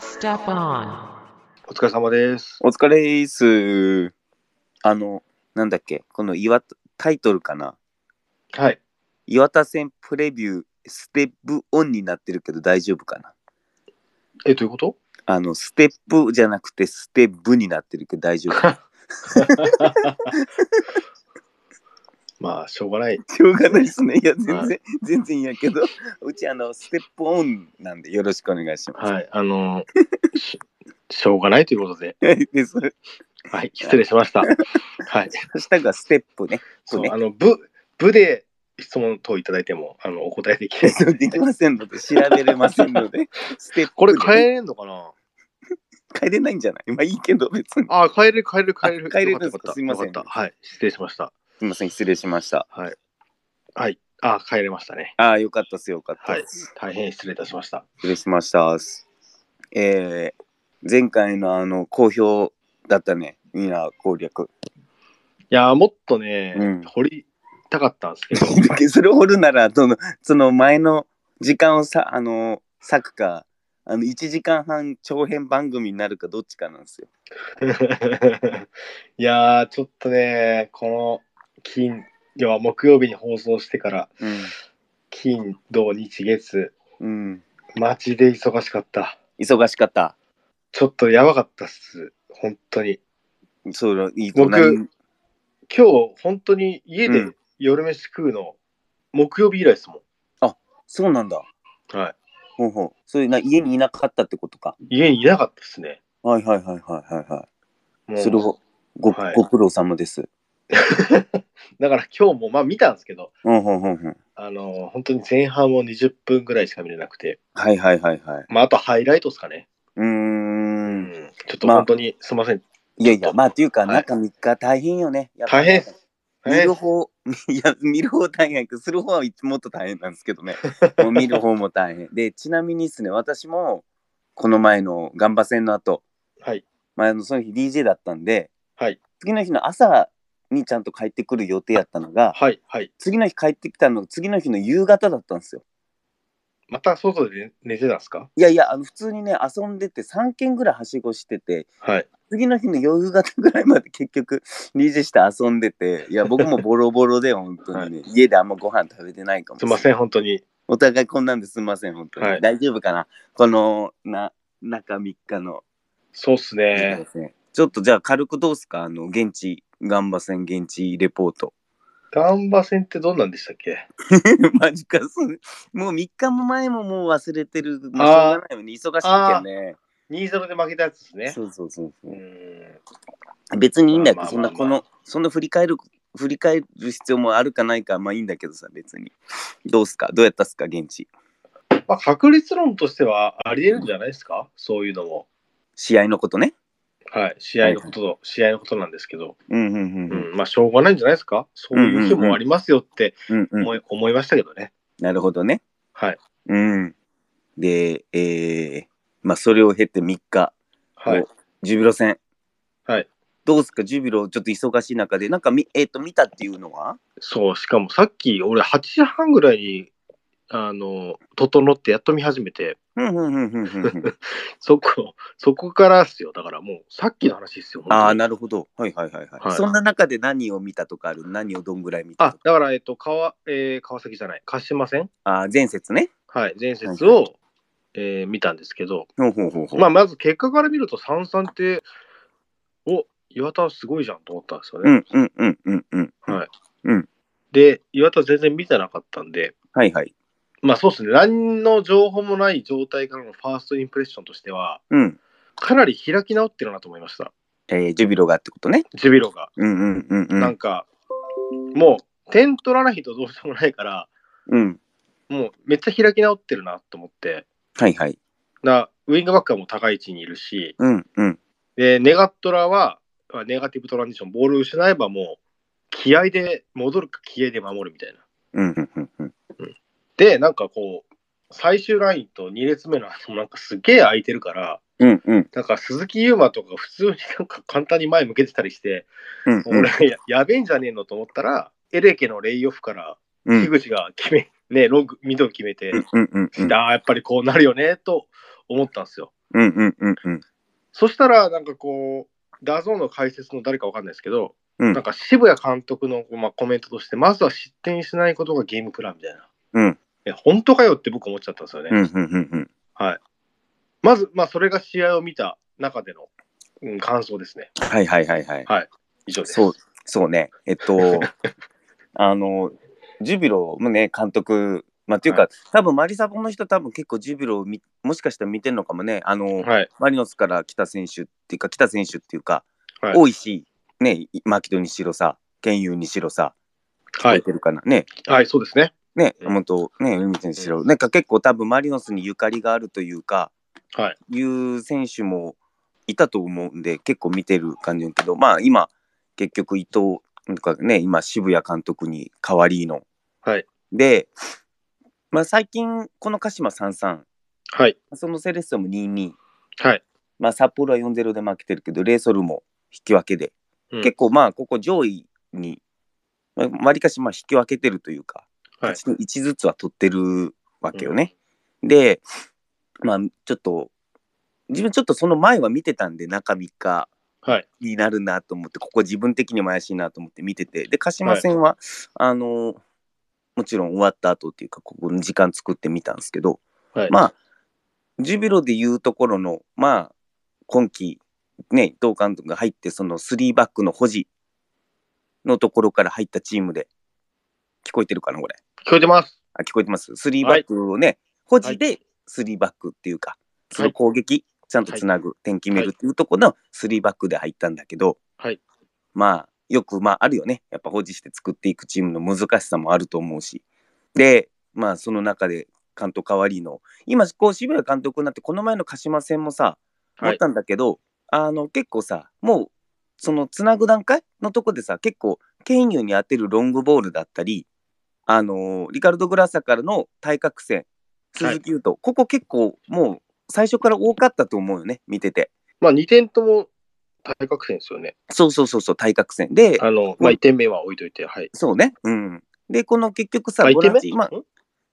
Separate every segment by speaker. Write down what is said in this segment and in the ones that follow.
Speaker 1: Step on.
Speaker 2: お疲れ様です。
Speaker 3: お疲れです。あの、なんだっけ、この岩田、タイトルかな。
Speaker 2: はい。
Speaker 3: 岩田戦プレビュー、ステップオンになってるけど大丈夫かな。
Speaker 2: え、どういうこと
Speaker 3: あの、ステップじゃなくてステップになってるけど大丈夫。
Speaker 2: まあ、しょうがない。
Speaker 3: しょうがないですね。いや、全然、
Speaker 2: は
Speaker 3: 全然いいやけど、うちあの、ステップオンなんでよろしくお願いします。
Speaker 2: はい。あ のーし、しょうがないということで、
Speaker 3: はい。 で、それ
Speaker 2: はい。失礼しました。はい。
Speaker 3: そしたがステップね。
Speaker 2: そう
Speaker 3: ね、
Speaker 2: あの、部、部で質問等いただいても、あの、お答えできない。
Speaker 3: できませんので、調べれませんので、ステップ
Speaker 2: これ
Speaker 3: で
Speaker 2: 変えれんのかな
Speaker 3: 変えれないんじゃないまあいいけど、別に。
Speaker 2: あ、変えれる、変えれる、変えれる。
Speaker 3: あ変えれるんで
Speaker 2: よ
Speaker 3: すか
Speaker 2: かった
Speaker 3: すいません
Speaker 2: よかったはい。失礼しました。
Speaker 3: すみません、失礼しました。
Speaker 2: はい。はい。あ、変えれましたね。
Speaker 3: ああ、よかったっす、よかった
Speaker 2: は
Speaker 3: っ
Speaker 2: い
Speaker 3: す。。
Speaker 2: 大変失礼いたしました。
Speaker 3: 失礼しました。えー、前回のあの、好評だったね。みんな 攻略。
Speaker 2: いやー、もっとね、
Speaker 3: うん
Speaker 2: 掘りたかったんですけど。
Speaker 3: それを掘るなら、その、その前の時間をさ、あの、割くか、あの、1時間半長編番組になるかどっちかなんですよ。
Speaker 2: いやー、ちょっとね、この金、要は木曜日に放送してから、金、土、日、月、
Speaker 3: うん。うん。
Speaker 2: マジで忙しかった。
Speaker 3: 忙しかった。
Speaker 2: ちょっとやばかったっす、本当に。
Speaker 3: そうだ、いい
Speaker 2: 僕
Speaker 3: 何
Speaker 2: 今日、本当に家
Speaker 3: う
Speaker 2: で
Speaker 3: ん
Speaker 2: 夜飯食うの、木曜日以来ですも
Speaker 3: そうなんだ。
Speaker 2: ん。はい。
Speaker 3: ほうほう。それな、家にいなかったってことか。
Speaker 2: 家にいなかったっすね。
Speaker 3: はいはいはいはいはいは
Speaker 2: も
Speaker 3: い。それ
Speaker 2: う
Speaker 3: を、ご、
Speaker 2: はい
Speaker 3: ご苦労様です。
Speaker 2: だから今日も、まあ見たんですけど、
Speaker 3: うんうんうんうん。
Speaker 2: あのー本当に前半も20分ぐらいしか見れなくて、
Speaker 3: はいはいはいはい。
Speaker 2: まああとハイライトですかね。
Speaker 3: うー。
Speaker 2: うんん。ちょっと本当に、すいません。
Speaker 3: いやいや、まあ、っていうか、
Speaker 2: はい
Speaker 3: 中3日大変よね。やっぱ
Speaker 2: 大変っす。
Speaker 3: 見る方、 いや、見る方大変やけど、する方はいつもっと大変なんですけ どね。もう見る方も大変。で、ちなみにですね、私も、この前のガンバ戦の後、
Speaker 2: はい。
Speaker 3: まあ、あのその日 DJ だったんで、
Speaker 2: はい。
Speaker 3: 次の日の朝にちゃんと帰ってくる予定やったのが、
Speaker 2: はい、はい。
Speaker 3: 次の日帰ってきたのが、次の日の夕方だったんですよ。
Speaker 2: また外で寝てたんですか
Speaker 3: いやいや、あの普通にね、遊んでて3軒ぐらいはしごしてて、
Speaker 2: はい。
Speaker 3: 次の日の夕方ぐらいまで 結局 DJ して遊んでていや僕もボロボロで本当にね、家であんまご飯食べてないかもし
Speaker 2: す
Speaker 3: れ
Speaker 2: い
Speaker 3: な
Speaker 2: ま
Speaker 3: い
Speaker 2: せん、本当に。
Speaker 3: お互いこんなんですいません本当に、
Speaker 2: はい
Speaker 3: 大丈夫かなこのな中3日の、
Speaker 2: そうっすね。
Speaker 3: ちょっとじゃあ軽くどうすかあの現地ガンバ戦現地レポート
Speaker 2: ガンバ戦ってどんなんでしたっけ
Speaker 3: マジかそうもう3日も前ももう忘れてるもうしょうがないよね忙しいけんね
Speaker 2: ?2-0 で負けたやつですね。
Speaker 3: そうそうそうそうう
Speaker 2: ーん
Speaker 3: 別にいいんだけど、
Speaker 2: まあ
Speaker 3: そ
Speaker 2: まあま
Speaker 3: ん
Speaker 2: あ
Speaker 3: なこのそんな振り返る振り返る必要もあるかないかまあいいんだけどさ別にどうすかどうやったっすか現地
Speaker 2: まあ、確率論としてはありえるんじゃないですかそういうのも。
Speaker 3: 試合のことね
Speaker 2: はい。試合のことと、試合のことなんですけど。
Speaker 3: うんうんうん
Speaker 2: う
Speaker 3: うん
Speaker 2: ん。まあ、しょうがないんじゃないですかそういう日もありますよって
Speaker 3: うんうん
Speaker 2: 思い,、思いましたけどね。
Speaker 3: なるほどね
Speaker 2: はい。
Speaker 3: うんでえー、まあそれを経て3日
Speaker 2: はい。
Speaker 3: ジュビロ戦
Speaker 2: はい
Speaker 3: どうすかジュビロちょっと忙しい中でなんかみえっ、と見たっていうのは
Speaker 2: そう、しかもさっき、俺8時半ぐらいに、あの、整ってやっと見始めて、
Speaker 3: うんうんうん うんうんうん
Speaker 2: そこ、そこからっすよ。だからもう、さっきの話ですよ。本当に
Speaker 3: ああなるほどはいはいはいはい、
Speaker 2: はい
Speaker 3: そんな中で何を見たとかある何をどんぐらい見た
Speaker 2: あ
Speaker 3: とか、
Speaker 2: だから、えっと、川、えー川崎じゃない、鹿島戦
Speaker 3: ああー前節ね
Speaker 2: はい、前節を、えー見たんですけど、
Speaker 3: ほうほうほうほう
Speaker 2: まあ、まず結果から見ると、三3って、お岩田すごいじゃんと思ったんですよ
Speaker 3: う
Speaker 2: ね。
Speaker 3: んうんうんうんうん。
Speaker 2: はい
Speaker 3: うん
Speaker 2: で、岩田全然見てなかったんで、
Speaker 3: はいはい。
Speaker 2: まあそうですね、何の情報もない状態からのファーストインプレッションとしては、
Speaker 3: うん。
Speaker 2: かなり開き直ってるなと思いました、
Speaker 3: えー、ジュビロがってことね。
Speaker 2: ジュビロが。
Speaker 3: うんうんうんう
Speaker 2: なん
Speaker 3: ん。
Speaker 2: か、もう、点取らない人どうしようもないから、
Speaker 3: うん。
Speaker 2: もうめっちゃ開き直ってるなと思って、
Speaker 3: はいはい。
Speaker 2: なウィングバックはもう高い位置にいるし、
Speaker 3: うんうん。
Speaker 2: でネガトラは、あネガティブトランジション、ボールを失えばもう、気合で戻るか、気合で守るみたいな。
Speaker 3: うんうんうんうん。
Speaker 2: で、なんかこう、最終ラインと2列目の後もなんかすげえ空いてるから、
Speaker 3: うんうん
Speaker 2: なんか鈴木優馬とかが普通になんか簡単に前向けてたりして、
Speaker 3: うんうん
Speaker 2: 俺や、やべえんじゃねえのと思ったら、エレケのレイオフから
Speaker 3: うん
Speaker 2: 樋口が決め、ね、ロング、ミドル決めて、
Speaker 3: うんうんうんうん
Speaker 2: ああ、やっぱりこうなるよね、と思ったんですよ。
Speaker 3: うんうんうんうん
Speaker 2: そしたら、なんかこう、ダゾーンの解説の誰かわかんないですけど、
Speaker 3: うん
Speaker 2: なんか渋谷監督の、まあ、コメントとして、まずは失点しないことがゲームプランみたいな。
Speaker 3: うん
Speaker 2: え本当かよって僕思っちゃったんですよね。
Speaker 3: うんうんうんうん
Speaker 2: はい。まず、まあ、それが試合を見た中での、うん、感想ですね。
Speaker 3: はいはいはいはい
Speaker 2: 以上です。
Speaker 3: そうそうねえ っとあのジュビロもね監督まあっていうか、
Speaker 2: は
Speaker 3: 多分マリサポの人多分結構ジュビロを見もしかしたら見てるのかもねあの、
Speaker 2: はい。
Speaker 3: マリノスから来た選手っていうか来た選手っていうか、
Speaker 2: はい
Speaker 3: 多いしね牧戸にしろさ健雄にしろさ
Speaker 2: は
Speaker 3: 出
Speaker 2: い。
Speaker 3: てるかな、ね
Speaker 2: はい、そうですね。
Speaker 3: ね、
Speaker 2: うん
Speaker 3: 本当ね、海選手しろ、なんか結構多分マリノスにゆかりがあるというか、、
Speaker 2: はい
Speaker 3: う選手もいたと思うんで、結構見てる感じだけど、まあ今、結局伊藤とかね、今渋谷監督に代わりの。
Speaker 2: はい。
Speaker 3: で、まあ最近、この鹿島33、
Speaker 2: はい。
Speaker 3: そのセレッソも22、
Speaker 2: はい。
Speaker 3: まあ札幌は4-0で負けてるけど、レイソルも引き分けで、
Speaker 2: うん
Speaker 3: 結構まあここ上位に、まあわりかしまあ引き分けてるというか、
Speaker 2: はい
Speaker 3: 勝ち1ずつは取ってるわけよね。で、まあちょっと、自分ちょっとその前は見てたんで、中3日
Speaker 2: はい。
Speaker 3: になるなと思って、ここ自分的にも怪しいなと思って見てて、で、鹿島戦は、あの、もちろん終わった後っていうか、ここの時間作ってみたんですけど、
Speaker 2: はい。
Speaker 3: まあ、ジュビロでいうところの、まあ、今季、ね、伊藤監督が入って、その3バックの保持のところから入ったチームで、聞こえてるかな、これ。
Speaker 2: 聞こえてます。
Speaker 3: あ、聞こえてます。3バックをね、保持で3バックっていうか、その攻撃、ちゃんとつなぐ、点決めるっていうところの3バックで入ったんだけど、
Speaker 2: はい
Speaker 3: まあ、よく、まあ、あるよね。やっぱ保持して作っていくチームの難しさもあると思うし。で、まあ、その中で、監督代わりの、今、こう、渋谷監督になって、この前の鹿島戦もさ、
Speaker 2: は
Speaker 3: 思っ
Speaker 2: い。
Speaker 3: たんだけど、あの、結構さ、もう、その、つなぐ段階のとこでさ、結構、ケインユに当てるロングボールだったり、あのーリカルド・グラサからの対角線、鈴木優斗、ここ結構、もう、最初から多かったと思うよね、見てて。
Speaker 2: まあ、2点とも対角線ですよね。
Speaker 3: そうそうそうそう、対角線。で、
Speaker 2: あの、まあ、1点目は置いといて、はい。
Speaker 3: そうね。うん。で、この結局
Speaker 2: あ、
Speaker 3: さ、
Speaker 2: 1
Speaker 3: ボ
Speaker 2: 点
Speaker 3: ラン
Speaker 2: 目
Speaker 3: チ、今、
Speaker 2: ん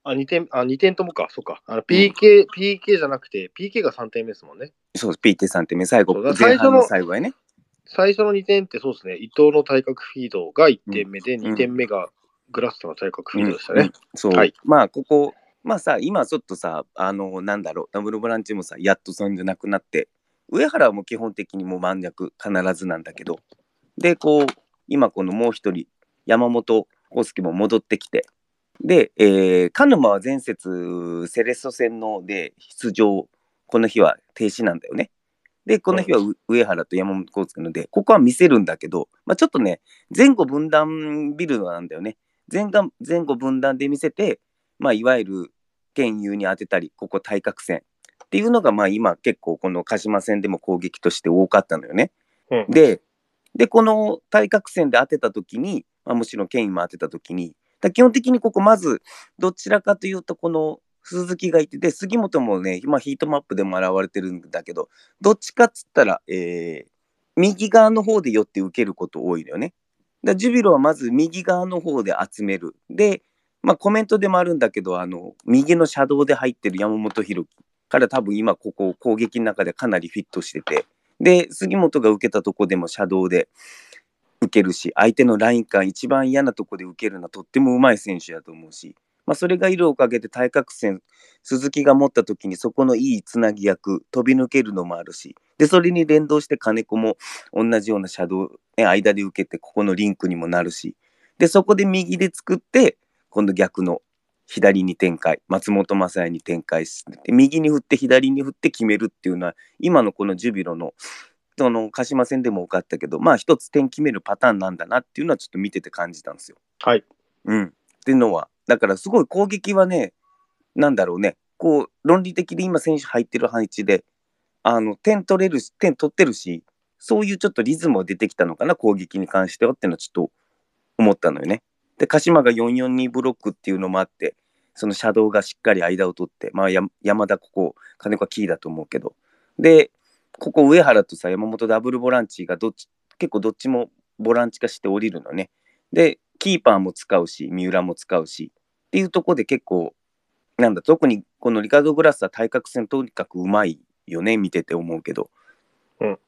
Speaker 2: あ、2点、あ、二点ともか、そうか。あの、PK、PK じゃなくて、PK が3点目ですもんね。
Speaker 3: そう、PK さんって目、最後
Speaker 2: そうだ、から
Speaker 3: 前半の
Speaker 2: 最
Speaker 3: 最後やね。
Speaker 2: 最初の2点ってそうですね、伊藤の対角フィードが1点目で、
Speaker 3: ん
Speaker 2: 2点目がグラスタの対角フィードでした
Speaker 3: うんう
Speaker 2: ね
Speaker 3: ん。そう、
Speaker 2: はい
Speaker 3: まあここまあさ今ちょっとさあのなんだろうダブルボランチもさやっとそんじゃなくなって上原はもう基本的にもう満弱必ずなんだけどでこう今このもう一人山本康介も戻ってきてで、えー鹿沼は前節セレッソ戦ので出場この日は停止なんだよね。でこの日はう上原と山本康介のでここは見せるんだけど、まあ、ちょっとね前後分断ビルドなんだよね。前が前後分断で見せて、まあ、いわゆる県有に当てたりここ対角線っていうのがまあ今結構この鹿島戦でも攻撃として多かったのよね。
Speaker 2: うん
Speaker 3: ででこの対角線で当てた時に、まあ、もちろんケインも当てた時にだから基本的にここまずどちらかというとこの鈴木がいてで杉本もね今ヒートマップでも現れてるんだけどどっちかっつったら、えー右側の方で寄って受けること多いのよね。だからジュビロはまず右側の方で集める。で、まあ、コメントでもあるんだけどあの右の車道で入ってる山本宏樹から多分今ここ攻撃の中でかなりフィットしててで杉本が受けたとこでも車道で受けるし相手のライン間一番嫌なとこで受けるのはとってもうまい選手やと思うし、まあ、それがいるおかげで対角線鈴木が持った時にそこのいいつなぎ役飛び抜けるのもあるしでそれに連動して金子も同じような車道、ね、間で受けてここのリンクにもなるしでそこで右で作って今度逆の左に展開松本雅也に展開して右に振って左に振って決めるっていうのは今のこのジュビロのその鹿島戦でも多かったけどまあ一つ点決めるパターンなんだなっていうのはちょっと見てて感じたんですよ。
Speaker 2: はい。
Speaker 3: うん、っていうのはだからすごい攻撃はねなんだろうねこう論理的で今選手入ってる配置であの点取れるし点取ってるしそういうちょっとリズムは出てきたのかな攻撃に関してはっていうのはちょっと思ったのよね。で鹿島が442ブロックっていうのもあってそのシャドウがしっかり間を取って、まあ、や山田ここ金子はキーだと思うけどでここ上原とさ山本ダブルボランチがどっち結構どっちもボランチ化して降りるのね。でキーパーも使うし、三浦も使うし、っていうところで結構、なんだ、特にこのリカード・グラスは対角線とにかくうまいよね、見てて思うけど。
Speaker 2: うん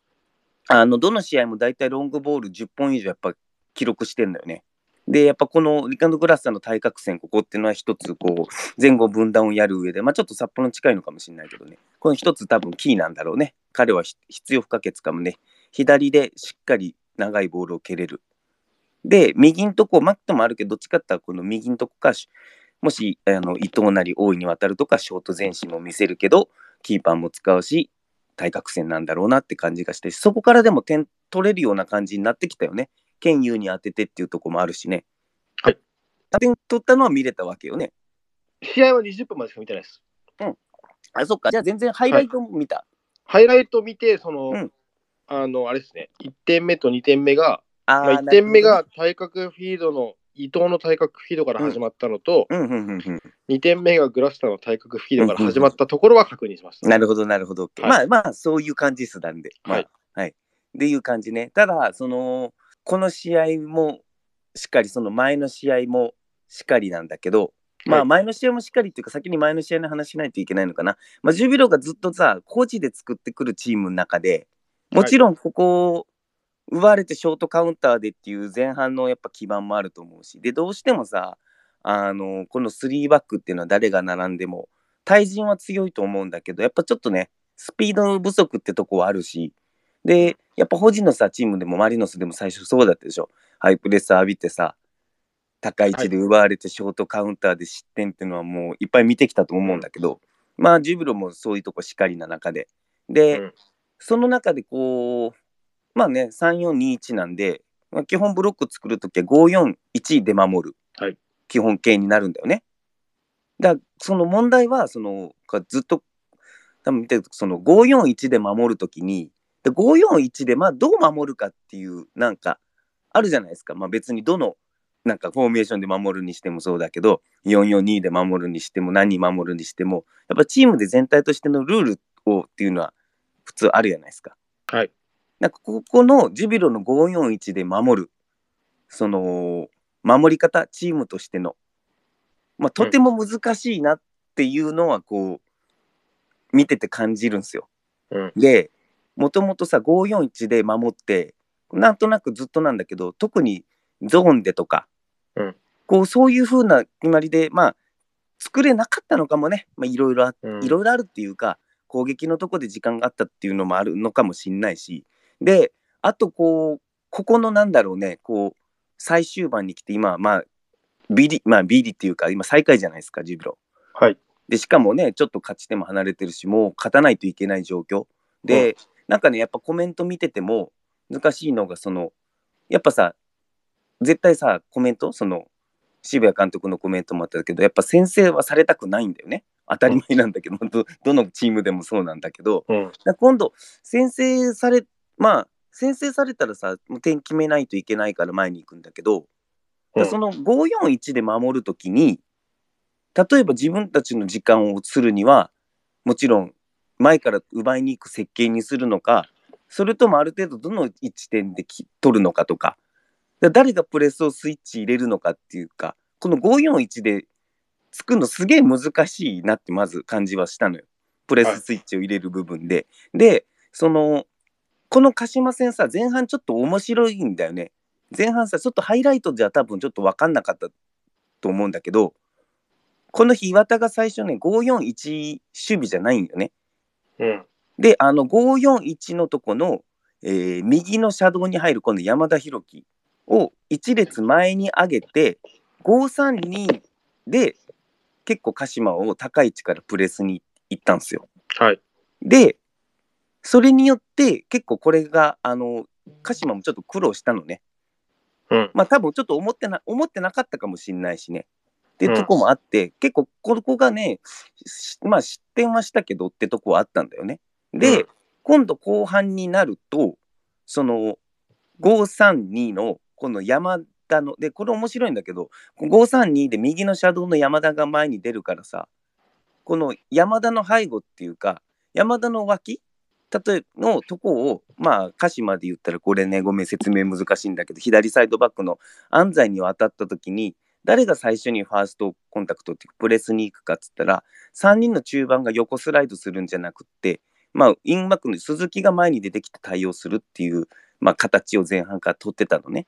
Speaker 3: あの、どの試合も大体ロングボール10本以上やっぱ記録してんだよね。で、やっぱこのリカード・グラスさんの対角線、ここっていうのは一つ、こう、前後分断をやる上で、まあちょっと札幌に近いのかもしれないけどね、この一つ多分キーなんだろうね。彼はひ必要不可欠かもね。左でしっかり長いボールを蹴れる。で、右のとこ、マットもあるけど、どっちかって言ったらこの右のとこか、しもしあの伊藤なり大いにわたるとか、ショート前進も見せるけど、キーパーも使うし、対角線なんだろうなって感じがして、そこからでも点取れるような感じになってきたよね。剣優に当ててっていうとこもあるしね。
Speaker 2: はい。
Speaker 3: 点取ったのは見れたわけよね。
Speaker 2: 試合は20分までしか見てないです。
Speaker 3: あ、そっか。じゃあ全然ハイライトも見た。
Speaker 2: ハイライト見て、その、
Speaker 3: うん
Speaker 2: あの、あれですね、1点目と2点目が、
Speaker 3: あ
Speaker 2: まあ、
Speaker 3: ー
Speaker 2: 1点目が、対角フィードの、伊藤の対角フィードから始まったのと、
Speaker 3: なるほどねうんうんうんうん。
Speaker 2: 2点目がグラスターの対角フィードから始まったところは確認しました。
Speaker 3: なるほど、なるほど。
Speaker 2: は
Speaker 3: まあまあ、そういう感じです、なんで。まあ
Speaker 2: はい。
Speaker 3: はい。っていう感じね。ただ、その、この試合も、しっかり、その前の試合も、しっかりなんだけど、ま
Speaker 2: は
Speaker 3: あ、
Speaker 2: い
Speaker 3: 前の試合もしっかりっていうか、先に前の試合の話しないといけないのかな。まあ、ジュビロがずっとさ、コーチで作ってくるチームの中で、もちろん、ここを奪われてショートカウンターでっていう前半のやっぱ基盤もあると思うし、で、どうしてもさ、あの、この3バックっていうのは誰が並んでも、対人は強いと思うんだけど、やっぱちょっとね、スピード不足ってとこはあるし、で、やっぱ保持のさ、チームでもマリノスでも最初そうだったでしょ。ハイプレス浴びてさ、高い位置で奪われてショートカウンターで失点っていうのはもういっぱい見てきたと思うんだけど、まあ、ジュビロもそういうとこしかりな中で。で、
Speaker 2: うん
Speaker 3: その中でこう、まあね、3421なんで、まあ、基本ブロック作るときは541で守る、
Speaker 2: はい
Speaker 3: 基本形になるんだよね。だからその問題はそのかずっと多分見てるとその541で守るときにで541でまあどう守るかっていうなんかあるじゃないですか、まあ、別にどのなんかフォーメーションで守るにしてもそうだけど442で守るにしても何守るにしてもやっぱチームで全体としてのルールをっていうのは普通あるじゃないですか。
Speaker 2: はい。
Speaker 3: なんかここのジュビロの541で守る、その、守り方、チームとしての、まあ、とても難しいなっていうのは、こう、見てて感じるんですよ。
Speaker 2: うん
Speaker 3: で、もともとさ、541で守って、なんとなくずっとなんだけど、特にゾーンでとか、
Speaker 2: うん
Speaker 3: こう、そういう風な決まりで、まあ、作れなかったのかもね、まあ、いろいろあっ
Speaker 2: うん
Speaker 3: いろいろあるっていうか、攻撃のとこで時間があったっていうのもあるのかもしんないし、で、あとこう、ここのなんだろうね、こう、最終盤に来て、今はまあ、ビリ、まあビリっていうか、今最下位じゃないですか、ジュビロ。
Speaker 2: はい。
Speaker 3: で、しかもね、ちょっと勝ち点も離れてるし、もう勝たないといけない状況。で、なんかね、やっぱコメント見てても、難しいのが、その、やっぱさ、絶対さ、コメント、その、渋谷監督のコメントもあったけど、やっぱ先制はされたくないんだよね。当たり前なんだけど、どどのチームでもそうなんだけど、
Speaker 2: うん。
Speaker 3: だから今度、先制され、まあ、先制されたらさ、もう点決めないといけないから前に行くんだけど、だからその541で守るときに、例えば自分たちの時間をするには、もちろん前から奪いに行く設計にするのか、それともある程度どの位置点でき取るのかとか、だから誰がプレスをスイッチ入れるのかっていうか、この541でつくのすげえ難しいなってまず感じはしたのよ。プレススイッチを入れる部分で。で、その、この鹿島戦さ、前半ちょっと面白いんだよね。前半さ、ちょっとハイライトじゃ多分ちょっと分かんなかったと思うんだけど、この日岩田が最初ね、541守備じゃないんよね。
Speaker 2: うん。
Speaker 3: で、あの541のとこの、えー右の車道に入る今度山田裕樹を1列前に上げて、532で結構鹿島を高い位置からプレスに行ったんですよ。
Speaker 2: はい。
Speaker 3: で、それによって結構これが、あの、鹿島もちょっと苦労したのね。
Speaker 2: うん
Speaker 3: まあ多分ちょっと思ってな、思ってなかったかもしれないしね。っていう
Speaker 2: うん
Speaker 3: とこもあって、結構ここがね、しまあ失点はしたけどってとこはあったんだよね。で、
Speaker 2: うん
Speaker 3: 今度後半になると、その532のこの山田の、で、これ面白いんだけど、532で右の車道の山田が前に出るからさ、この山田の背後っていうか、山田の脇例えのとこを、まあ、歌詞まで言ったらこれねごめん説明難しいんだけど左サイドバックの安西に渡った時に誰が最初にファーストコンタクトっていうかプレスに行くかっつったら3人の中盤が横スライドするんじゃなくって、まあ、インバックの鈴木が前に出てきて対応するっていう、まあ、形を前半から取ってたのね。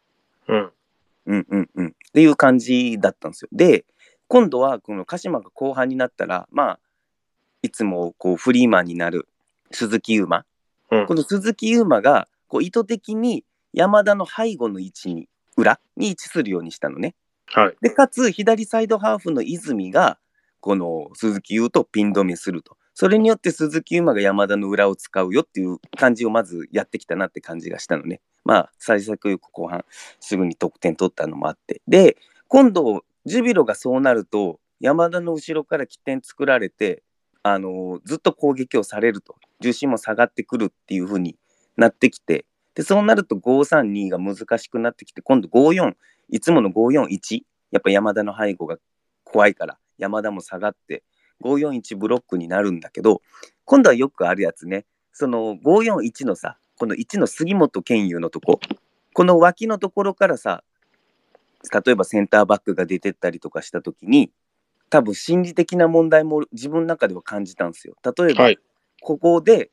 Speaker 2: うん。
Speaker 3: うんうんうん、っていう感じだったんですよ。で今度はこの鹿島が後半になったらまあいつもこうフリーマンになる鈴木優馬、
Speaker 2: うん
Speaker 3: この鈴木優馬がこう意図的に山田の背後の位置に裏に位置するようにしたのね。
Speaker 2: はい。
Speaker 3: でかつ左サイドハーフの泉がこの鈴木優とピン止めすると。それによって鈴木優馬が山田の裏を使うよっていう感じをまずやってきたなって感じがしたのね。まあ最速よく後半すぐに得点取ったのもあって。で今度ジュビロがそうなると山田の後ろから起点作られて、あのずっと攻撃をされると重心も下がってくるっていう風になってきてでそうなると532が難しくなってきて今度54いつもの541やっぱ山田の背後が怖いから山田も下がって541ブロックになるんだけど今度はよくあるやつねその541のさこの1の杉本健佑のとここの脇のところからさ例えばセンターバックが出てったりとかした時に多分心理的な問題も自分の中では感じたんですよ。例えば、
Speaker 2: はい。
Speaker 3: ここで、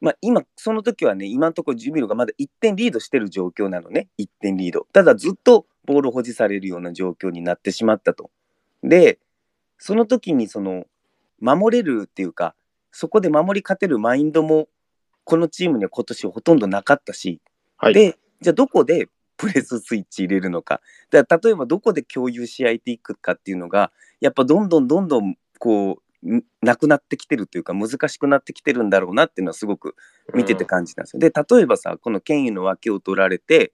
Speaker 3: まあ、今、その時はね、今のところジュビロがまだ1点リードしてる状況なのね、1点リード。ただずっとボールを保持されるような状況になってしまったと。で、その時にその、守れるっていうか、そこで守り勝てるマインドも、このチームには今年ほとんどなかったし、
Speaker 2: はい。
Speaker 3: で、じゃあどこでプレススイッチ入れるのか。だから例えばどこで共有し合えていくかっていうのが、やっぱどんどんどんどんこう、んなくなってきてるというか難しくなってきてるんだろうなっていうのはすごく見てて感じたんですよ。で、例えばさ、この権威の脇を取られて、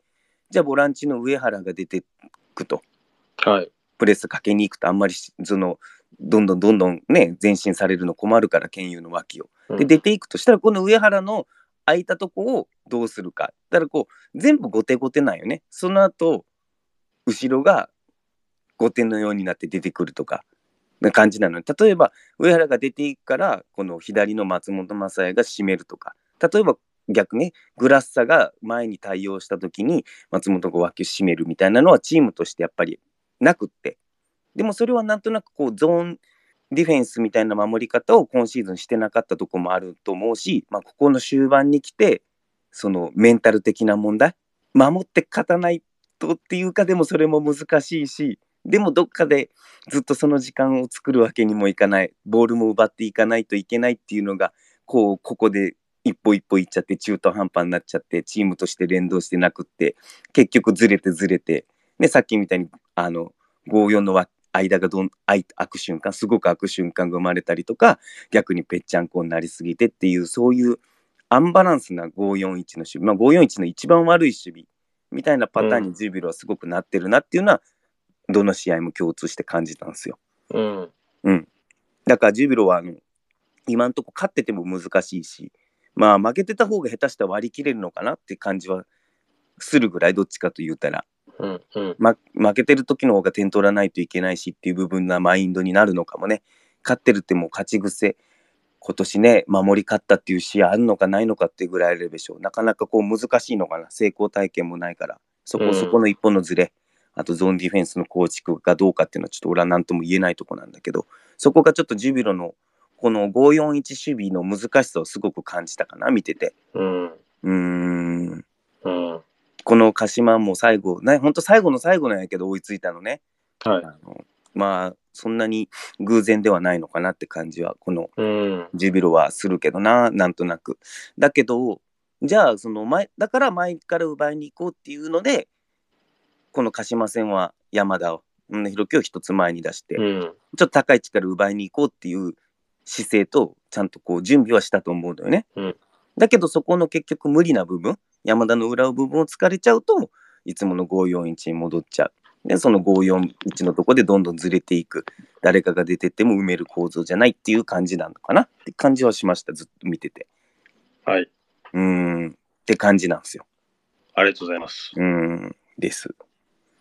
Speaker 3: じゃあボランチの上原が出てくと、
Speaker 2: うん。はい。
Speaker 3: プレスかけに行くとあんまりしその、どんどんどんどんね、前進されるの困るから、権威の脇を。
Speaker 2: うん
Speaker 3: で出ていくとしたらこの上原の空いたとこをどうするかだからこう全部後手後手なんよねその後後ろが後手のようになって出てくるとかな感じなのに例えば上原が出ていくからこの左の松本雅也が締めるとか例えば逆ねグラッサが前に対応した時に松本が脇を締めるみたいなのはチームとしてやっぱりなくってでもそれはなんとなくこうゾーンディフェンスみたいな守り方を今シーズンしてなかったとこもあると思うし、まあ、ここの終盤に来てそのメンタル的な問題守って勝たないとっていうかでもそれも難しいしでもどっかでずっとその時間を作るわけにもいかないボールも奪っていかないといけないっていうのがこうここで一歩一歩いっちゃって中途半端になっちゃってチームとして連動してなくって結局ずれてずれて、ね、さっきみたいにあの54のわ間がどん開い開く瞬間すごく開く瞬間が生まれたりとか逆にぺっちゃんこになりすぎてっていうそういうアンバランスな541の守備、まあ、541の一番悪い守備みたいなパターン
Speaker 2: う
Speaker 3: にジュビロはすごくなってるなっていうのは、どの試合も共通して感じたんですよ。
Speaker 2: うん。
Speaker 3: だからジュビロはあの今んとこ勝ってても難しいし、まあ負けてた方が下手したら割り切れるのかなって感じはするぐらいどっちかと言うたら、
Speaker 2: うん。うん。
Speaker 3: ま、負けてる時の方が点取らないといけないしっていう部分なマインドになるのかもね。勝ってるってもう勝ち癖。今年ね、守り勝ったっていう試合あるのかないのかっていうぐらいあるでしょう。なかなかこう難しいのかな。成功体験もないから。そこそこの一歩のずれ、あとゾーンディフェンスの構築がどうかっていうのはちょっと俺は何とも言えないとこなんだけど、そこがちょっとジュビロのこの541守備の難しさをすごく感じたかな、見てて。
Speaker 2: うん。
Speaker 3: うーん。
Speaker 2: うん。
Speaker 3: この鹿島も最後、ね、本当最後の最後なんやけど追いついたのね。
Speaker 2: はい。
Speaker 3: あのまあそんなに偶然ではないのかなって感じはこの
Speaker 2: うん。
Speaker 3: ジュビロはするけどななんとなくだけどじゃあその前だから前から奪いに行こうっていうのでこの鹿島戦は山田を宗弘樹を一つ前に出して、
Speaker 2: う
Speaker 3: ちょ
Speaker 2: ん。
Speaker 3: っと高い位置から奪いに行こうっていう姿勢とちゃんとこう準備はしたと思うのよね、
Speaker 2: うん
Speaker 3: だけどそこの結局無理な部分山田の裏の部分を突かれちゃうといつもの541に戻っちゃうでその541のとこでどんどんずれていく誰かが出てっても埋める構造じゃないっていう感じなのかなって感じはしましたずっと見てて
Speaker 2: はい。
Speaker 3: うーんって感じなんですよ
Speaker 2: ありがとうございます。
Speaker 3: うーんです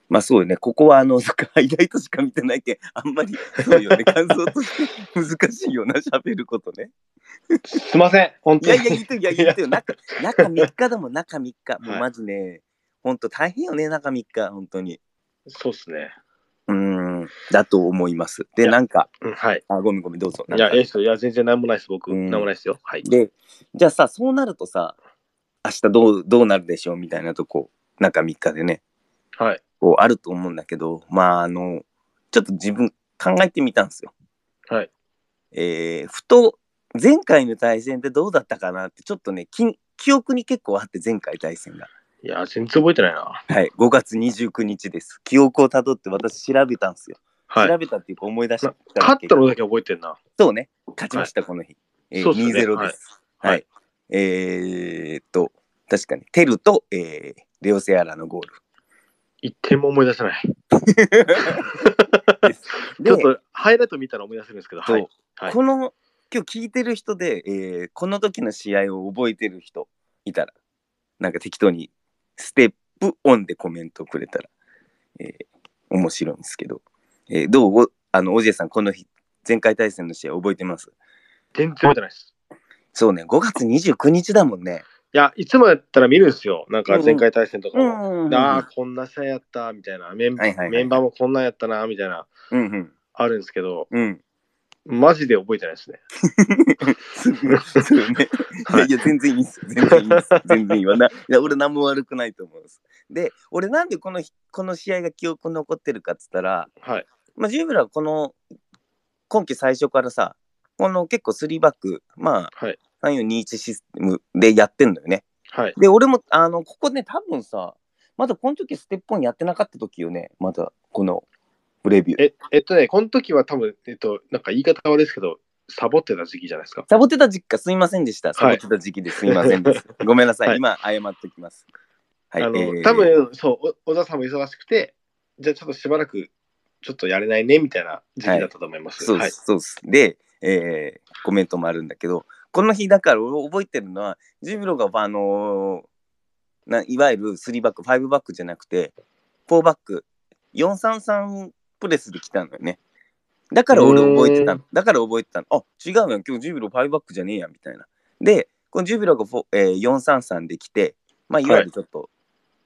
Speaker 3: まあそうよね、ここはあの、そっかハイライトしか見てないけん、あんまり、そ うよね、感想として難しいよな、喋ることね。
Speaker 2: すいません、本
Speaker 3: い
Speaker 2: 当
Speaker 3: や
Speaker 2: に。
Speaker 3: いや、言ってよ、いや、言ってよ、中、中3日だもん、中3日。も
Speaker 2: は
Speaker 3: う
Speaker 2: い
Speaker 3: マジね、ほんと大変よね、中3日、本当に。
Speaker 2: そうっすね。
Speaker 3: うん、だと思います。で、
Speaker 2: いや
Speaker 3: なんか、
Speaker 2: うん、はい。
Speaker 3: あ、ごめんごめん、どうぞ。
Speaker 2: いや
Speaker 3: な、ん
Speaker 2: え
Speaker 3: か
Speaker 2: えっすよいや、全然なんもないです、僕。
Speaker 3: う
Speaker 2: なんんもないですよ。はい。
Speaker 3: で、じゃあさ、そうなるとさ、明日どう、どうなるでしょうみたいなとこ、中3日でね、
Speaker 2: はい。
Speaker 3: こうあると思うんだけど、まあ、あの、ちょっと自分考えてみたんですよ。
Speaker 2: はい。
Speaker 3: えー、ふと、前回の対戦ってどうだったかなって、ちょっとね、き記憶に結構あって、前回対戦が。
Speaker 2: いや、全然覚えてないな。
Speaker 3: はい、5月29日です。記憶をたどって私調べたんですよ。
Speaker 2: は
Speaker 3: 調
Speaker 2: い。
Speaker 3: べたっていうか思い出した
Speaker 2: 勝った
Speaker 3: の
Speaker 2: のだけ覚えてんな。
Speaker 3: そうね、勝ちました、この日。えー、
Speaker 2: そうっすね
Speaker 3: 2-0です。はい。
Speaker 2: はい
Speaker 3: えー、っと、確かに、テルと、えー、レオセアラのゴー
Speaker 2: 一点も思い出せない。ち
Speaker 3: ルです。で
Speaker 2: ょっと、ハイライト見たら思い出せるんですけど、はい。はい
Speaker 3: この今日聞いてる人で、えーこの時の試合を覚えてる人いたらなんか適当にステップオンでコメントくれたら、えー面白いんですけど、えーどうおあのオジエさんこの日前回対戦の試合覚えてます
Speaker 2: 全然覚えてないです。
Speaker 3: そうね5月29日だもんね
Speaker 2: いや、いつもやったら見るんですよ。なんか前回対戦とかも。
Speaker 3: ん
Speaker 2: ああ、こんな試合やった、みたいな。メン,、
Speaker 3: はいはいはい
Speaker 2: メンバーもこんなんやったな、みたいな。
Speaker 3: うんうん
Speaker 2: あるんですけど、
Speaker 3: うん
Speaker 2: マジで覚えてないですね。
Speaker 3: そうね そうねい
Speaker 2: は
Speaker 3: や
Speaker 2: い
Speaker 3: いや全然いいっす全然いいっす全然いいわないや俺何も悪くないと思うんですで俺なんでこの日この試合が記憶に残ってるかっつったら
Speaker 2: はい。
Speaker 3: まあ、ジューブラはこの今季最初からさ、この結構3バック、ま
Speaker 2: はい。
Speaker 3: あ、3421システムでやってんだよね。
Speaker 2: はい。
Speaker 3: で、俺も、あの、ここね、多分さ、まだこの時ステップオンやってなかった時よね、まだこのプレビュー。
Speaker 2: え、えっとね、この時は多分、えっと、なんか言い方悪いですけど、サボってた時期じゃないですか。
Speaker 3: サボってた時期かすいませんでした。サボってた時期ですいませんです。ごめんなさい、
Speaker 2: はい
Speaker 3: 今謝っておきます。はい、
Speaker 2: あの、
Speaker 3: えー
Speaker 2: 多分、そう、お小沢さんも忙しくて、じゃあちょっとしばらく、ちょっとやれないね、みたいな時期だったと思います。
Speaker 3: そう
Speaker 2: はい。
Speaker 3: です、そうです。で、えーコメントもあるんだけど、この日だから俺覚えてるのは、ジブロが、あのーないわゆる3バック、5バックじゃなくて、4バック、433プレスで来たのよね。だから俺覚えてたの。だから覚えてたの。あ、違うやん、今日ジブロ5バックじゃねえやん、みたいな。で、このジュビロがフォ、えー、433で来て、まあ、いわゆるちょっと、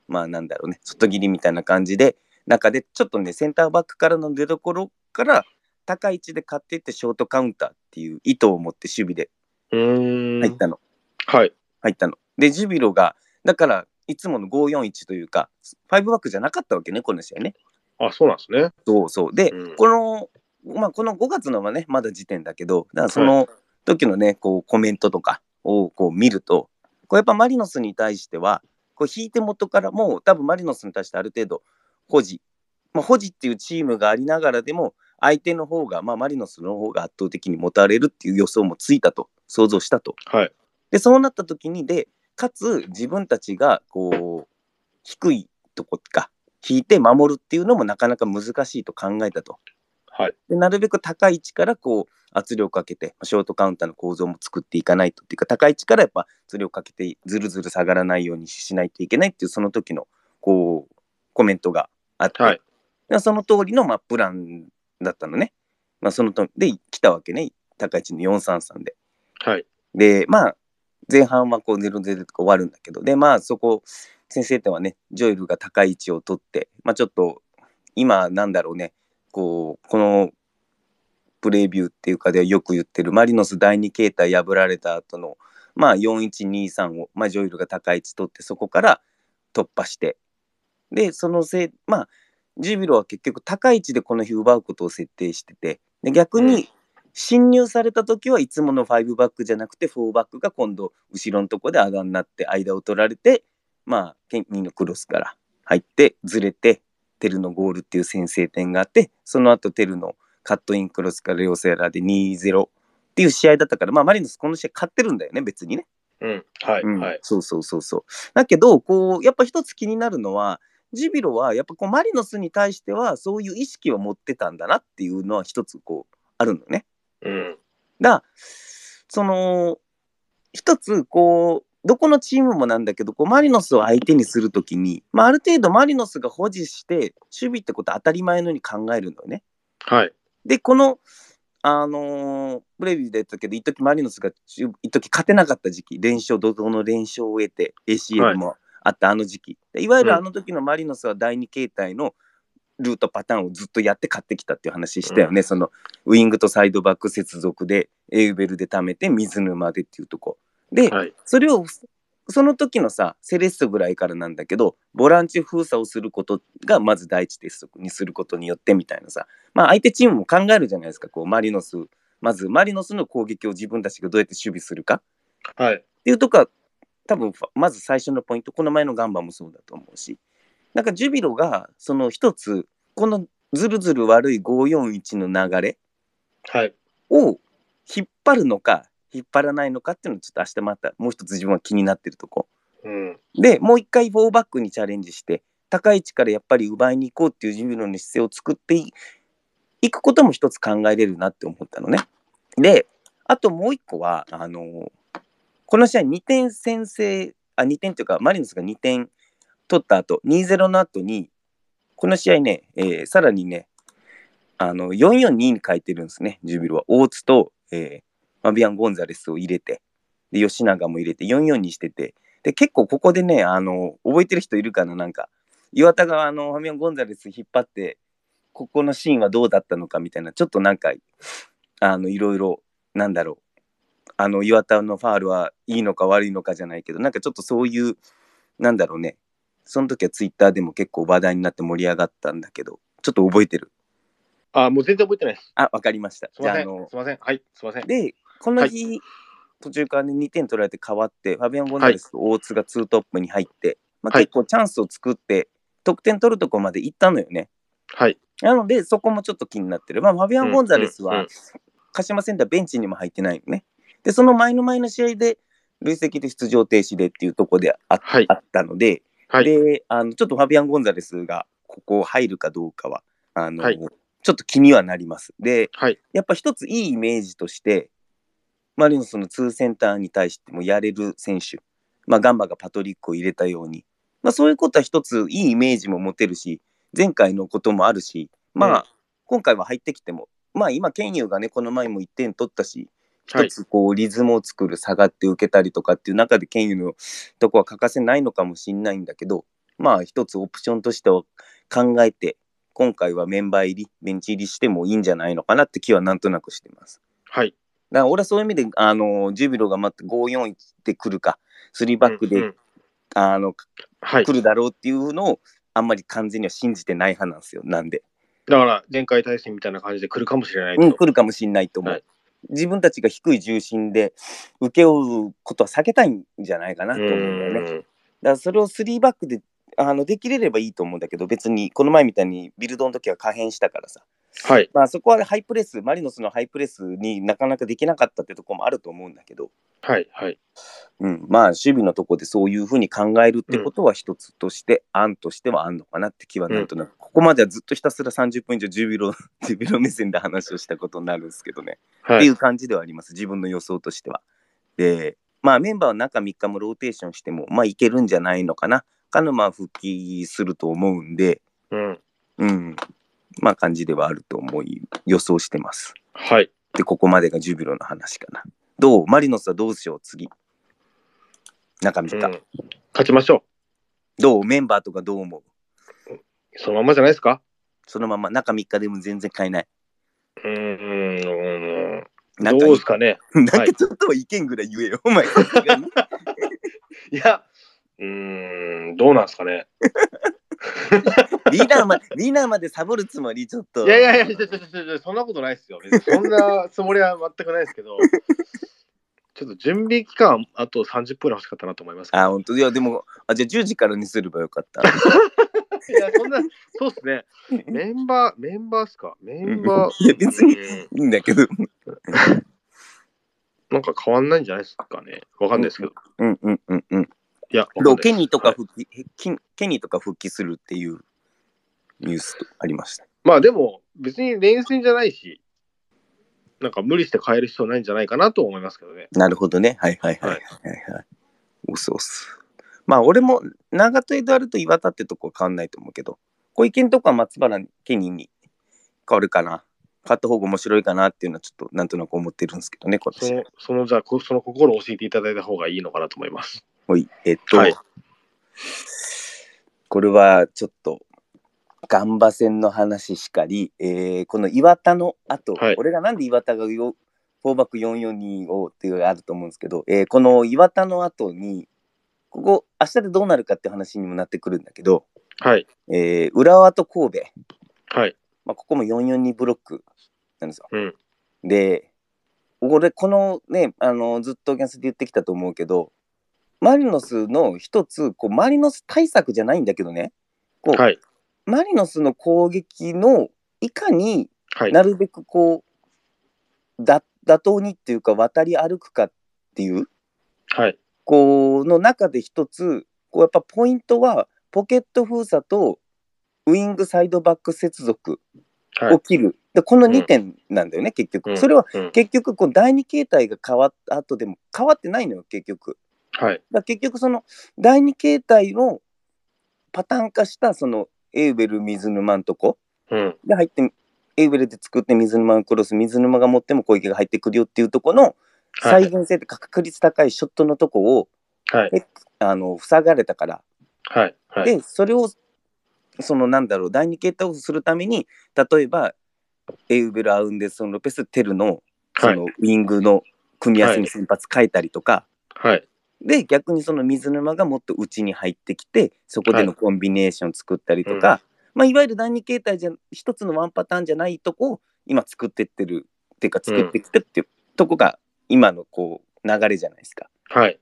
Speaker 3: まあなんだろうね、外切りみたいな感じで、中でちょっとね、センターバックからの出どころから高い位置で買っていってショートカウンターっていう意図を持って守備で
Speaker 2: うーん。
Speaker 3: 入ったの、
Speaker 2: はい。
Speaker 3: 入ったの。で、ジュビロが、だからいつもの541というか、5バックじゃなかったわけね、この試合ね。
Speaker 2: あ、そうなんですね。
Speaker 3: そうそう。で、
Speaker 2: うん
Speaker 3: この、まあ、この5月のはね、まだ時点だけど、だからその時のね、こう、コメントとかをこう見ると、こうやっぱマリノスに対しては、こう引いて元からもう多分マリノスに対してある程度保持、まあ、保持っていうチームがありながらでも、相手の方が、まあ、マリノスの方が圧倒的に持たれるっていう予想もついたと、想像したと。
Speaker 2: はい。
Speaker 3: で、そうなった時に、で、かつ自分たちが、こう、低いとこか、引いて守るっていうのもなかなか難しいと考えたと。
Speaker 2: はい。
Speaker 3: でなるべく高い位置からこう圧力をかけて、ショートカウンターの構造も作っていかないとっていうか、高い位置からやっぱ圧力をかけて、ずるずる下がらないようにしないといけないっていう、その時のこうコメントがあって、
Speaker 2: はい。
Speaker 3: でその通りのまあプランだったのね。まあ、そのとで、来たわけね、高い位置の433で。
Speaker 2: はい。
Speaker 3: で、まあ、前半はこう0-0で終わるんだけど、で、まあ、そこ、先制点はね、ジョエルが高い位置を取って、まあ、ちょっと、今、なんだろうね、こう、このプレビューっていうかでよく言ってる、マリノス第2形態破られた後の、まあ、4123を、まあ、ジョエルが高い位置取って、そこから突破して、で、そのせい、まあ、ジュビロは結局高い位置でこの日奪うことを設定してて、で逆に、
Speaker 2: うん
Speaker 3: 侵入された時はいつもの5バックじゃなくて4バックが今度後ろのとこで上がになって間を取られてまあケニーのクロスから入ってずれてテルのゴールっていう先制点があってその後テルのカットインクロスからレオセラで2-0っていう試合だったからまあマリノスこの試合勝ってるんだよね別にね。
Speaker 2: うん。はい。
Speaker 3: うん
Speaker 2: はい。
Speaker 3: そうそうそうそう。だけどこうやっぱ一つ気になるのはジュビロはやっぱこうマリノスに対してはそういう意識を持ってたんだなっていうのは一つこうあるのね。
Speaker 2: うん。
Speaker 3: だその一つこうどこのチームもなんだけど、こうマリノスを相手にするときに、まあ、ある程度マリノスが保持して、守備ってことは当たり前のように考えるのよね。
Speaker 2: はい。
Speaker 3: で、この、あのープレビューで言ったけど、一時マリノスが中、一時勝てなかった時期、連勝、怒涛の連勝を得て、
Speaker 2: は
Speaker 3: ACL
Speaker 2: い
Speaker 3: もあったあの時期、でいわゆ
Speaker 2: う
Speaker 3: る
Speaker 2: ん
Speaker 3: あの時のマリノスは第二形態のルートパターンをずっとやって勝ってきたっていう話したよね、そのウイングとサイドバック接続で、エウベルで貯めて、水沼でっていうとこ。で、
Speaker 2: はい。
Speaker 3: それをその時のさセレッソぐらいからなんだけどボランチ封鎖をすることがまず第一鉄則にすることによってみたいなさまあ相手チームも考えるじゃないですかこうマリノスまずマリノスの攻撃を自分たちがどうやって守備するか
Speaker 2: はい。
Speaker 3: っていうとこは多分まず最初のポイントこの前のガンバもそうだと思うしなんかジュビロがその一つこのずるずる悪い541の流れ
Speaker 2: はい。
Speaker 3: を引っ張るのか引っ張らないのかっていうのをちょっと明日またもう一つ自分は気になってるとこ
Speaker 2: うん。
Speaker 3: でもう一回4バックにチャレンジして高い位置からやっぱり奪いに行こうっていうジュビロの姿勢を作っていいくことも一つ考えれるなって思ったのね。であともう一個はあのこの試合2点先制あ2点というかマリノスが2点取った後2-0の後にこの試合ね、えーさらにねあの4-4-2に変えてるんですねジュビロは大津と、えーマビアン・ゴンザレスを入れてで吉永も入れて4-4にしててで結構ここでねあの覚えてる人いるかななんか岩田があのファミオン・ゴンザレス引っ張ってここのシーンはどうだったのかみたいなちょっとなんかあのいろいろなんだろうあの岩田のファールはいいのか悪いのかじゃないけどなんかちょっとそういうなんだろうねその時はツイッターでも結構話題になって盛り上がったんだけどちょっと覚えてる
Speaker 2: あ、もう全然覚えてないです。
Speaker 3: あわかりました
Speaker 2: すいませ
Speaker 3: あの
Speaker 2: ん。すいません。はい。すいません。
Speaker 3: で、この日、途中から、ね、2点取られて変わって、ファビアン・ゴンザレスと大津が2トップに入って、まあ、
Speaker 2: はい
Speaker 3: 結構チャンスを作って、得点取るとこまで行ったのよね。
Speaker 2: はい。
Speaker 3: なので、そこもちょっと気になってる。まあ、ファビアン・ゴンザレス
Speaker 2: うんう
Speaker 3: は
Speaker 2: ん、
Speaker 3: 鹿島センターベンチにも入ってないのね。で、その前の前の試合で、累積で出場停止でっていうとこであ,、
Speaker 2: はい
Speaker 3: あったので、
Speaker 2: はい。
Speaker 3: であのちょっとファビアン・ゴンザレスがここ入るかどうかはあの、
Speaker 2: はい
Speaker 3: ちょっと気にはなります。で、
Speaker 2: はい
Speaker 3: やっぱ一ついいイメージとしてマリノスの2センターに対してもやれる選手、まあ、ガンバがパトリックを入れたように、まあ、そういうことは一ついいイメージも持てるし前回のこともあるし、まあ
Speaker 2: うん
Speaker 3: 今回は入ってきても、まあ、今ケンユーがねこの前も1点取ったし
Speaker 2: はい
Speaker 3: 一。つこうリズムを作る下がって受けたりとかっていう中でケンユのとこは欠かせないのかもしんないんだけどまあ一つオプションとしては考えて今回はメンバー入りベンチ入りしてもいいんじゃないのかなって気はなんとなくしてます。
Speaker 2: はい。
Speaker 3: だから俺はそういう意味であのジュビロがまた5-4で来るか3バックで、
Speaker 2: うんうん
Speaker 3: あの
Speaker 2: はい
Speaker 3: 来。るだろうっていうのをあんまり完全には信じてない派なんですよなんで。
Speaker 2: だから、前回対戦みたいな感じで来るかもしれないと。
Speaker 3: うん、来るかもしれないと思う、
Speaker 2: はい
Speaker 3: 自分たちが低い重心で請け負うことは避けたいんじゃないかな
Speaker 2: う
Speaker 3: と思うんだよね。だか
Speaker 2: ん。
Speaker 3: らそれを3バックであのできれればいいと思うんだけど別にこの前みたいにビルドの時は可変したからさ、
Speaker 2: はい。
Speaker 3: まあ、そこはハイプレスマリノスのハイプレスになかなかできなかったってとこもあると思うんだけど、
Speaker 2: はい。はい。
Speaker 3: うん、まあ守備のとこでそういうふうに考えるってことは一つとして、案としてはあんのかなって気はなんとなく、ここまではずっとひたすら30分以上10ビロ10ビロ目線で話をしたことになるんですけどね。っ
Speaker 2: は
Speaker 3: てい
Speaker 2: い。
Speaker 3: う感じではあります、自分の予想としては。で、まあメンバーは中3日もローテーションしても、まあいけるんじゃないのかな。カヌマは復帰すると思うんで、
Speaker 2: うん。
Speaker 3: うん、まあ感じではあると思い、予想してます。
Speaker 2: はい。
Speaker 3: で、ここまでがジュビロの話かな。どうマリノスはどうしよう、次。中
Speaker 2: う
Speaker 3: 3
Speaker 2: ん
Speaker 3: 日。
Speaker 2: 勝ちましょ
Speaker 3: どうメンバーとかどう思う
Speaker 2: う。そのままじゃないですか
Speaker 3: そのまま中3日でも全然変えない。
Speaker 2: うーん。
Speaker 3: なんか
Speaker 2: どうですかね。
Speaker 3: なんかちょっとは意見ぐらい言えよ、お前。さすがに
Speaker 2: いや、うーん、どうなんですかね。
Speaker 3: リーダーまで、リーダーまでサボるつもり、ちょっと。
Speaker 2: いやいやいやいやいやいやいや、そんなことないですよ。別にそんなつもりは全くないですけ ど、ちょっと準備期間、あと30分欲しかったなと思いますけど
Speaker 3: あ、本当いや、でも、あ、じゃあ10時からにすればよかった。
Speaker 2: いや、そんな、そうっすね。メンバー、メンバーっすかメンバー。
Speaker 3: いや別に
Speaker 2: うん
Speaker 3: いいんだけど。
Speaker 2: なんか変わんないんじゃないですかね。わかんないですけど。
Speaker 3: うんうんうんうん。
Speaker 2: いや、
Speaker 3: ど
Speaker 2: わ
Speaker 3: う
Speaker 2: かんないです
Speaker 3: ケニーとか復帰、へキンケニーとか復帰するっていうニュースとありました。
Speaker 2: まあでも、別に連戦じゃないし、なんか無理して変える必要ないんじゃないかなと思いますけどね。
Speaker 3: なるほどね。はいはいはい。は
Speaker 2: はい
Speaker 3: いはい押す押す。まあ、俺も長戸エドアルと岩田ってとこは変わんないと思うけど、小池のとこは松原ケニーに変わるかな。変わった方が面白いかなっていうのはちょっとなんとなく思ってるんですけどね、今
Speaker 2: そ
Speaker 3: 年。
Speaker 2: の、その、じゃあ、こその心を教えていただいた方がいいのかなと思います。
Speaker 3: はい、えっと、
Speaker 2: はい
Speaker 3: これはちょっと、ガンバ戦の話しかり、えーこの岩田の後、
Speaker 2: はい
Speaker 3: 俺がなんで岩田がよ4バック442をっていうのがあると思うんですけど、えーこの岩田の後に、ここ、明日でどうなるかって話にもなってくるんだけど、
Speaker 2: はい。
Speaker 3: えー浦和と神戸、
Speaker 2: はい。
Speaker 3: まあ、ここも442ブロックなんですよ。
Speaker 2: うん
Speaker 3: で俺このねあのずっとキャスで言ってきたと思うけどマリノスの一つこうマリノス対策じゃないんだけどねこう、
Speaker 2: はい。
Speaker 3: マリノスの攻撃のいかに
Speaker 2: はい。
Speaker 3: なるべくこうだ妥当にっていうか渡り歩くかっていう
Speaker 2: はい。
Speaker 3: こうの中で一つこうやっぱポイントはポケット封鎖とウイングサイドバック接続
Speaker 2: はい
Speaker 3: を切る、でこの
Speaker 2: うん
Speaker 3: 2点なんだよね、結局、
Speaker 2: うん
Speaker 3: それは
Speaker 2: うん
Speaker 3: 結局こう第2形態が変わった後でも変わってないのよ結局
Speaker 2: はい。
Speaker 3: だから結局その第2形態のパターン化したそのエウベル水沼のとこ
Speaker 2: うん。
Speaker 3: で入ってエウベルで作って水沼のクロス水沼が持っても小池が入ってくるよっていうとこの
Speaker 2: は
Speaker 3: 再
Speaker 2: い。
Speaker 3: 現性って確率高いショットのとこを
Speaker 2: はい。
Speaker 3: あの塞がれたから
Speaker 2: はい。はい。
Speaker 3: でそれをそのなんだろう第二形態をするために例えばエウベル・アウンデスン・ロペス・テルのそ
Speaker 2: はい
Speaker 3: の。ウィングの組み合わせに先発変えたりとか、
Speaker 2: はい。
Speaker 3: で逆にその水沼がもっと内に入ってきてそこでのコンビネーションを作ったりとか、
Speaker 2: はい
Speaker 3: いまあ、いわゆる第二形態じゃ一つのワンパターンじゃないとこを今作ってってるっていうか作ってきてっていうとこが今のこう流れじゃないですか。
Speaker 2: はい。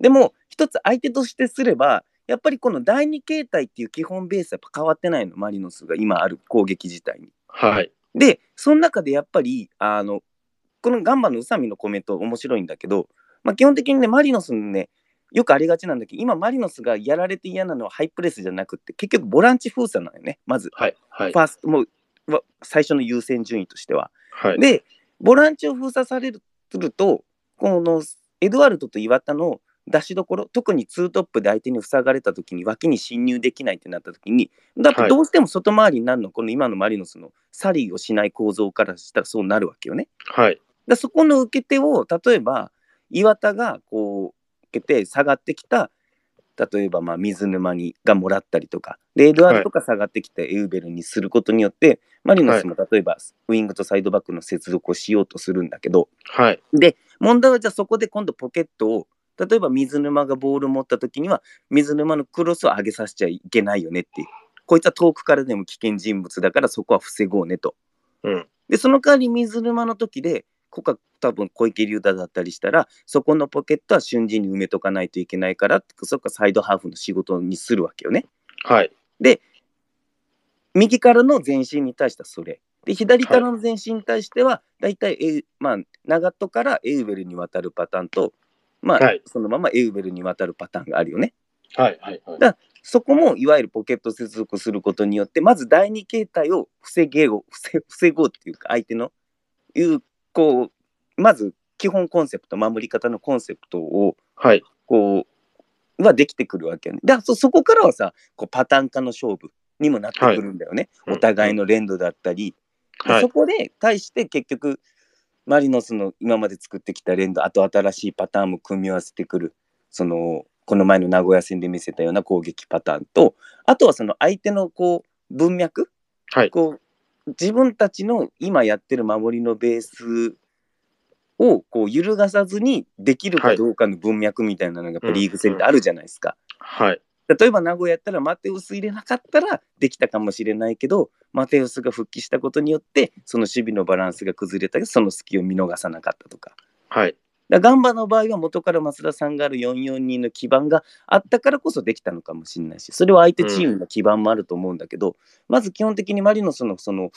Speaker 3: でも一つ相手としてすればやっぱりこの第二形態っていう基本ベースは変わってないのマリノスが今ある攻撃自体に。
Speaker 2: はい。
Speaker 3: でその中でやっぱりあのこのガンバの宇佐美のコメント面白いんだけど、まあ、基本的にねマリノスのねよくありがちなんだけど今マリノスがやられて嫌なのはハイプレスじゃなくって結局ボランチ封鎖なのよねまず
Speaker 2: はい。はい
Speaker 3: フ。ァーストもうわ最初の優先順位としては。
Speaker 2: はい。
Speaker 3: でボランチを封鎖されるするとこのエドワルドと岩田の出しどころ特にツートップで相手に塞がれた時に脇に侵入できないってなった時にだってどうしても外回りになるのはこの今のマリノスのサリーをしない構造からしたらそうなるわけよね。
Speaker 2: はい。
Speaker 3: だからそこの受け手を例えば岩田がこう受けて下がってきた例えばまあ水沼にがもらったりとかでエドワルドが下がってきたエウベルにすることによって、マリノスも例えばウイングとサイドバックの接続をしようとするんだけど
Speaker 2: はい。
Speaker 3: 問題はじゃあそこで今度ポケットを例えば水沼がボールを持った時には水沼のクロスを上げさせちゃいけないよねっていうこいつは遠くからでも危険人物だからそこは防ごうねと。
Speaker 2: うん。
Speaker 3: でその代わり水沼の時でここが多分小池龍太だったりしたらそこのポケットは瞬時に埋めとかないといけないからそこはサイドハーフの仕事にするわけよね。
Speaker 2: はい。
Speaker 3: 右からの前進に対してはそれ。で左からの前進に対しては大体、えいまあ、長門からエウベルに渡るパターンと、まあ
Speaker 2: はい
Speaker 3: そのままエウベルに渡るパターンがあるよね。
Speaker 2: はい。はい。はい。
Speaker 3: そこもいわゆるポケット接続することによってまず第二形態を防げを防防ごうっていうか相手のいうこうまず基本コンセプト守り方のコンセプトを
Speaker 2: はい。
Speaker 3: こうはできてくるわけよね。だからそそこからはさこうパターン化の勝負にもなってくるんだよね、
Speaker 2: はい
Speaker 3: お互いの連動だったり、で
Speaker 2: はい
Speaker 3: そ。こで対して結局マリノスの今まで作ってきた連動あと新しいパターンも組み合わせてくるそのこの前の名古屋戦で見せたような攻撃パターンとあとはその相手のこう文脈、
Speaker 2: はい
Speaker 3: こう自分たちの今やってる守りのベースをこう揺るがさずにできるかどうかの文脈みたいなのがやっぱリーグ戦ってあるじゃないですか。
Speaker 2: はい。
Speaker 3: 例えば名古屋やったらマテウス入れなかったらできたかもしれないけどマテウスが復帰したことによってその守備のバランスが崩れたけどその隙を見逃さなかったとか
Speaker 2: はい。
Speaker 3: だからガンバの場合は元から松田さんがある442の基盤があったからこそできたのかもしれないしそれは相手チームの基盤もあると思うんだけど、まず基本的にマリノスのその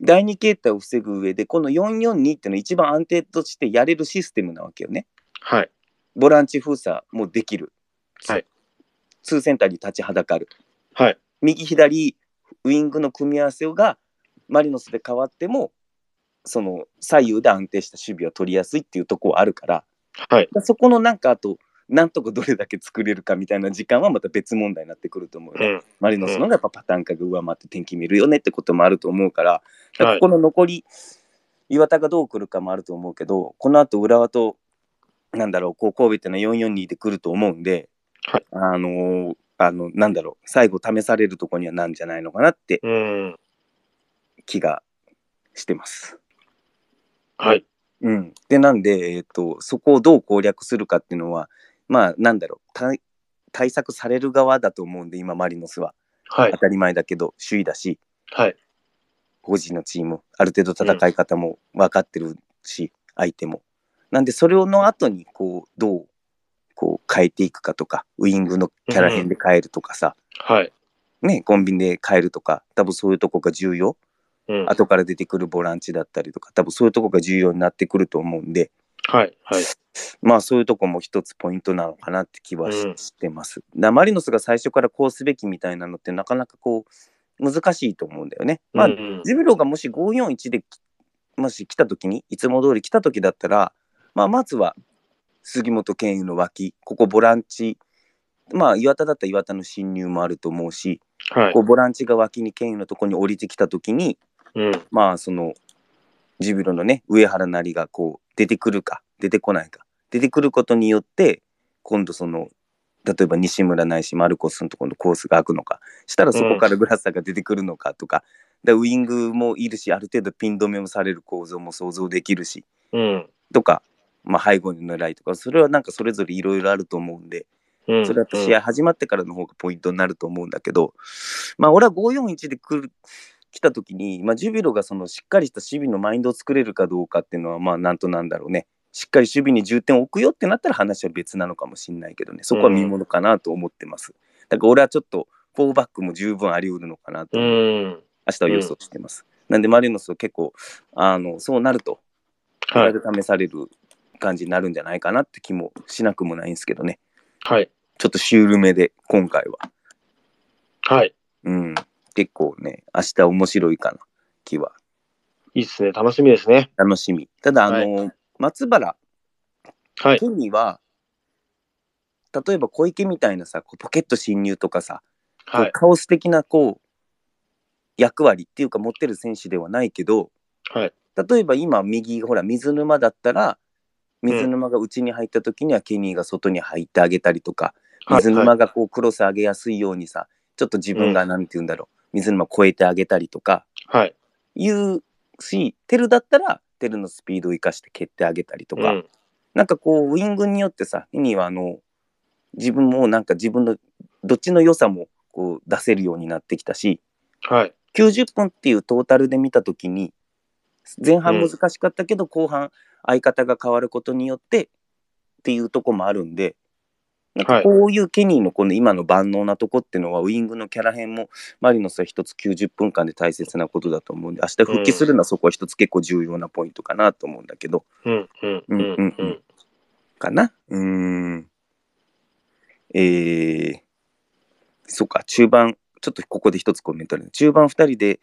Speaker 3: 第二形態を防ぐ上でこの442っていうのは一番安定としてやれるシステムなわけよね。
Speaker 2: はい。
Speaker 3: ボランチ封鎖もできる、
Speaker 2: はい
Speaker 3: ツーセンターに立ちはだかる
Speaker 2: はい。
Speaker 3: 右左ウイングの組み合わせがマリノスで変わってもその左右で安定した守備を取りやすいっていうところはあるから
Speaker 2: はい。
Speaker 3: そこのなんかあとなんとかどれだけ作れるかみたいな時間はまた別問題になってくると思うよ、
Speaker 2: うん。
Speaker 3: マリノスの方がやっぱパターン化が上回って天気見るよねってこともあると思うから、だから
Speaker 2: はい
Speaker 3: ここの残り、岩田がどう来るかもあると思うけど、この後浦和と、なんだろう、こう神戸ってのは442で来ると思うんで、
Speaker 2: はい
Speaker 3: あのーあの、なんだろう、最後試されるとこにはなんじゃないのかなって
Speaker 2: うん。
Speaker 3: 気がしてます。
Speaker 2: はい。
Speaker 3: うん、で、なんで、えっと、そこをどう攻略するかっていうのは、まあ、なんだろう、対対策される側だと思うんで、今、マリノスは。
Speaker 2: はい
Speaker 3: 当。たり前だけど、首位だし、
Speaker 2: はい。
Speaker 3: 個人のチームある程度戦い方も分かってるし、相手もなんでそれの後にこうどうこう変えていくかとかウイングのキャラ変で変えるとかさ、
Speaker 2: はい。
Speaker 3: ねコンビニで変えるとか多分そういうとこが重要、
Speaker 2: うん。
Speaker 3: 後から出てくるボランチだったりとか多分そういうとこが重要になってくると思うんで
Speaker 2: はい。はい。
Speaker 3: まあそういうとこも一つポイントなのかなって気はし,、
Speaker 2: うん
Speaker 3: てますだからマリノスが最初からこうすべきみたいなのってなかなかこう難しいと思うんだよね、まあ
Speaker 2: うん
Speaker 3: ジブロがもし541できもし来た時にいつも通り来た時だったら、まあ、まずは杉本健佑の脇ここボランチまあ岩田だったら岩田の侵入もあると思うし、
Speaker 2: はい
Speaker 3: こ。うボランチが脇に健佑のところに降りてきた時に
Speaker 2: うん。
Speaker 3: まあそのジブロのね上原なりがこう出てくるか出てこないか出てくることによって今度その例えば西村ないしマルコスのところのコースが開くのかしたらそこからグラッサが出てくるのかとか,、だウイングもいるしある程度ピン止めもされる構造も想像できるし
Speaker 2: うん。
Speaker 3: とか、まあ、背後に狙いとかそれはなんかそれぞれいろいろあると思うんで
Speaker 2: うん。
Speaker 3: それはやっぱ試合始まってからの方がポイントになると思うんだけど、まあ、俺は541で来る来た時に、まあ、ジュビロがそのしっかりした守備のマインドを作れるかどうかっていうのはまあなんとなんだろうねしっかり守備に重点を置くよってなったら話は別なのかもしれないけどねそこは見ものかなと思ってます、だから俺はちょっと4バックも十分あり得るのかなと
Speaker 2: う
Speaker 3: 明
Speaker 2: ん。
Speaker 3: 日は予想してます、なんでマリノスは結構あのそうなるとこ
Speaker 2: は
Speaker 3: れ
Speaker 2: い
Speaker 3: で。試される感じになるんじゃないかなって気もしなくもないんですけどね
Speaker 2: はい。
Speaker 3: ちょっとシュールめで今回は
Speaker 2: はい。
Speaker 3: うん、結構ね、明日面白いかな、気は。
Speaker 2: いいっすね。楽しみですね。
Speaker 3: 楽しみ。ただ、あの、松原
Speaker 2: はい。
Speaker 3: 君には、例えば小池みたいなさ、こうポケット侵入とかさ、こう
Speaker 2: はい。
Speaker 3: カオス的なこう、役割っていうか持ってる選手ではないけど、
Speaker 2: はい。
Speaker 3: 例えば今右、ほら、水沼だったら、水沼が内に入った時にはケニーが外に入ってあげたりとか、
Speaker 2: はい
Speaker 3: 水沼がこうクロス上げやすいようにさ、ちょっと自分がなんて言うんだろう、水沼越えてあげたりとか、
Speaker 2: はい。
Speaker 3: いうし、テルだったら、テルのスピードを生かして蹴ってあげたりと
Speaker 2: う
Speaker 3: か、
Speaker 2: ん。
Speaker 3: なんかこう、ウイングによってさ、意味はあの、自分もなんか自分の、どっちの良さもこう出せるようになってきたし、
Speaker 2: はい。
Speaker 3: 90分っていうトータルで見たときに、前半難しかったけど、後半相方が変わることによってっていうとこもあるんで、なん
Speaker 2: は
Speaker 3: か
Speaker 2: い
Speaker 3: こういうケニーのこの今の万能なとこっていうのは、ウイングのキャラ編もマリノスは一つ90分間で大切なことだと思うんで、明日復帰するのはそこは一つ結構重要なポイントかなと思うんだけど、
Speaker 2: うん。うん。うん。うん。
Speaker 3: かな。うーん。えー、そっか、中盤、ちょっとここで一つコメントある中盤二人で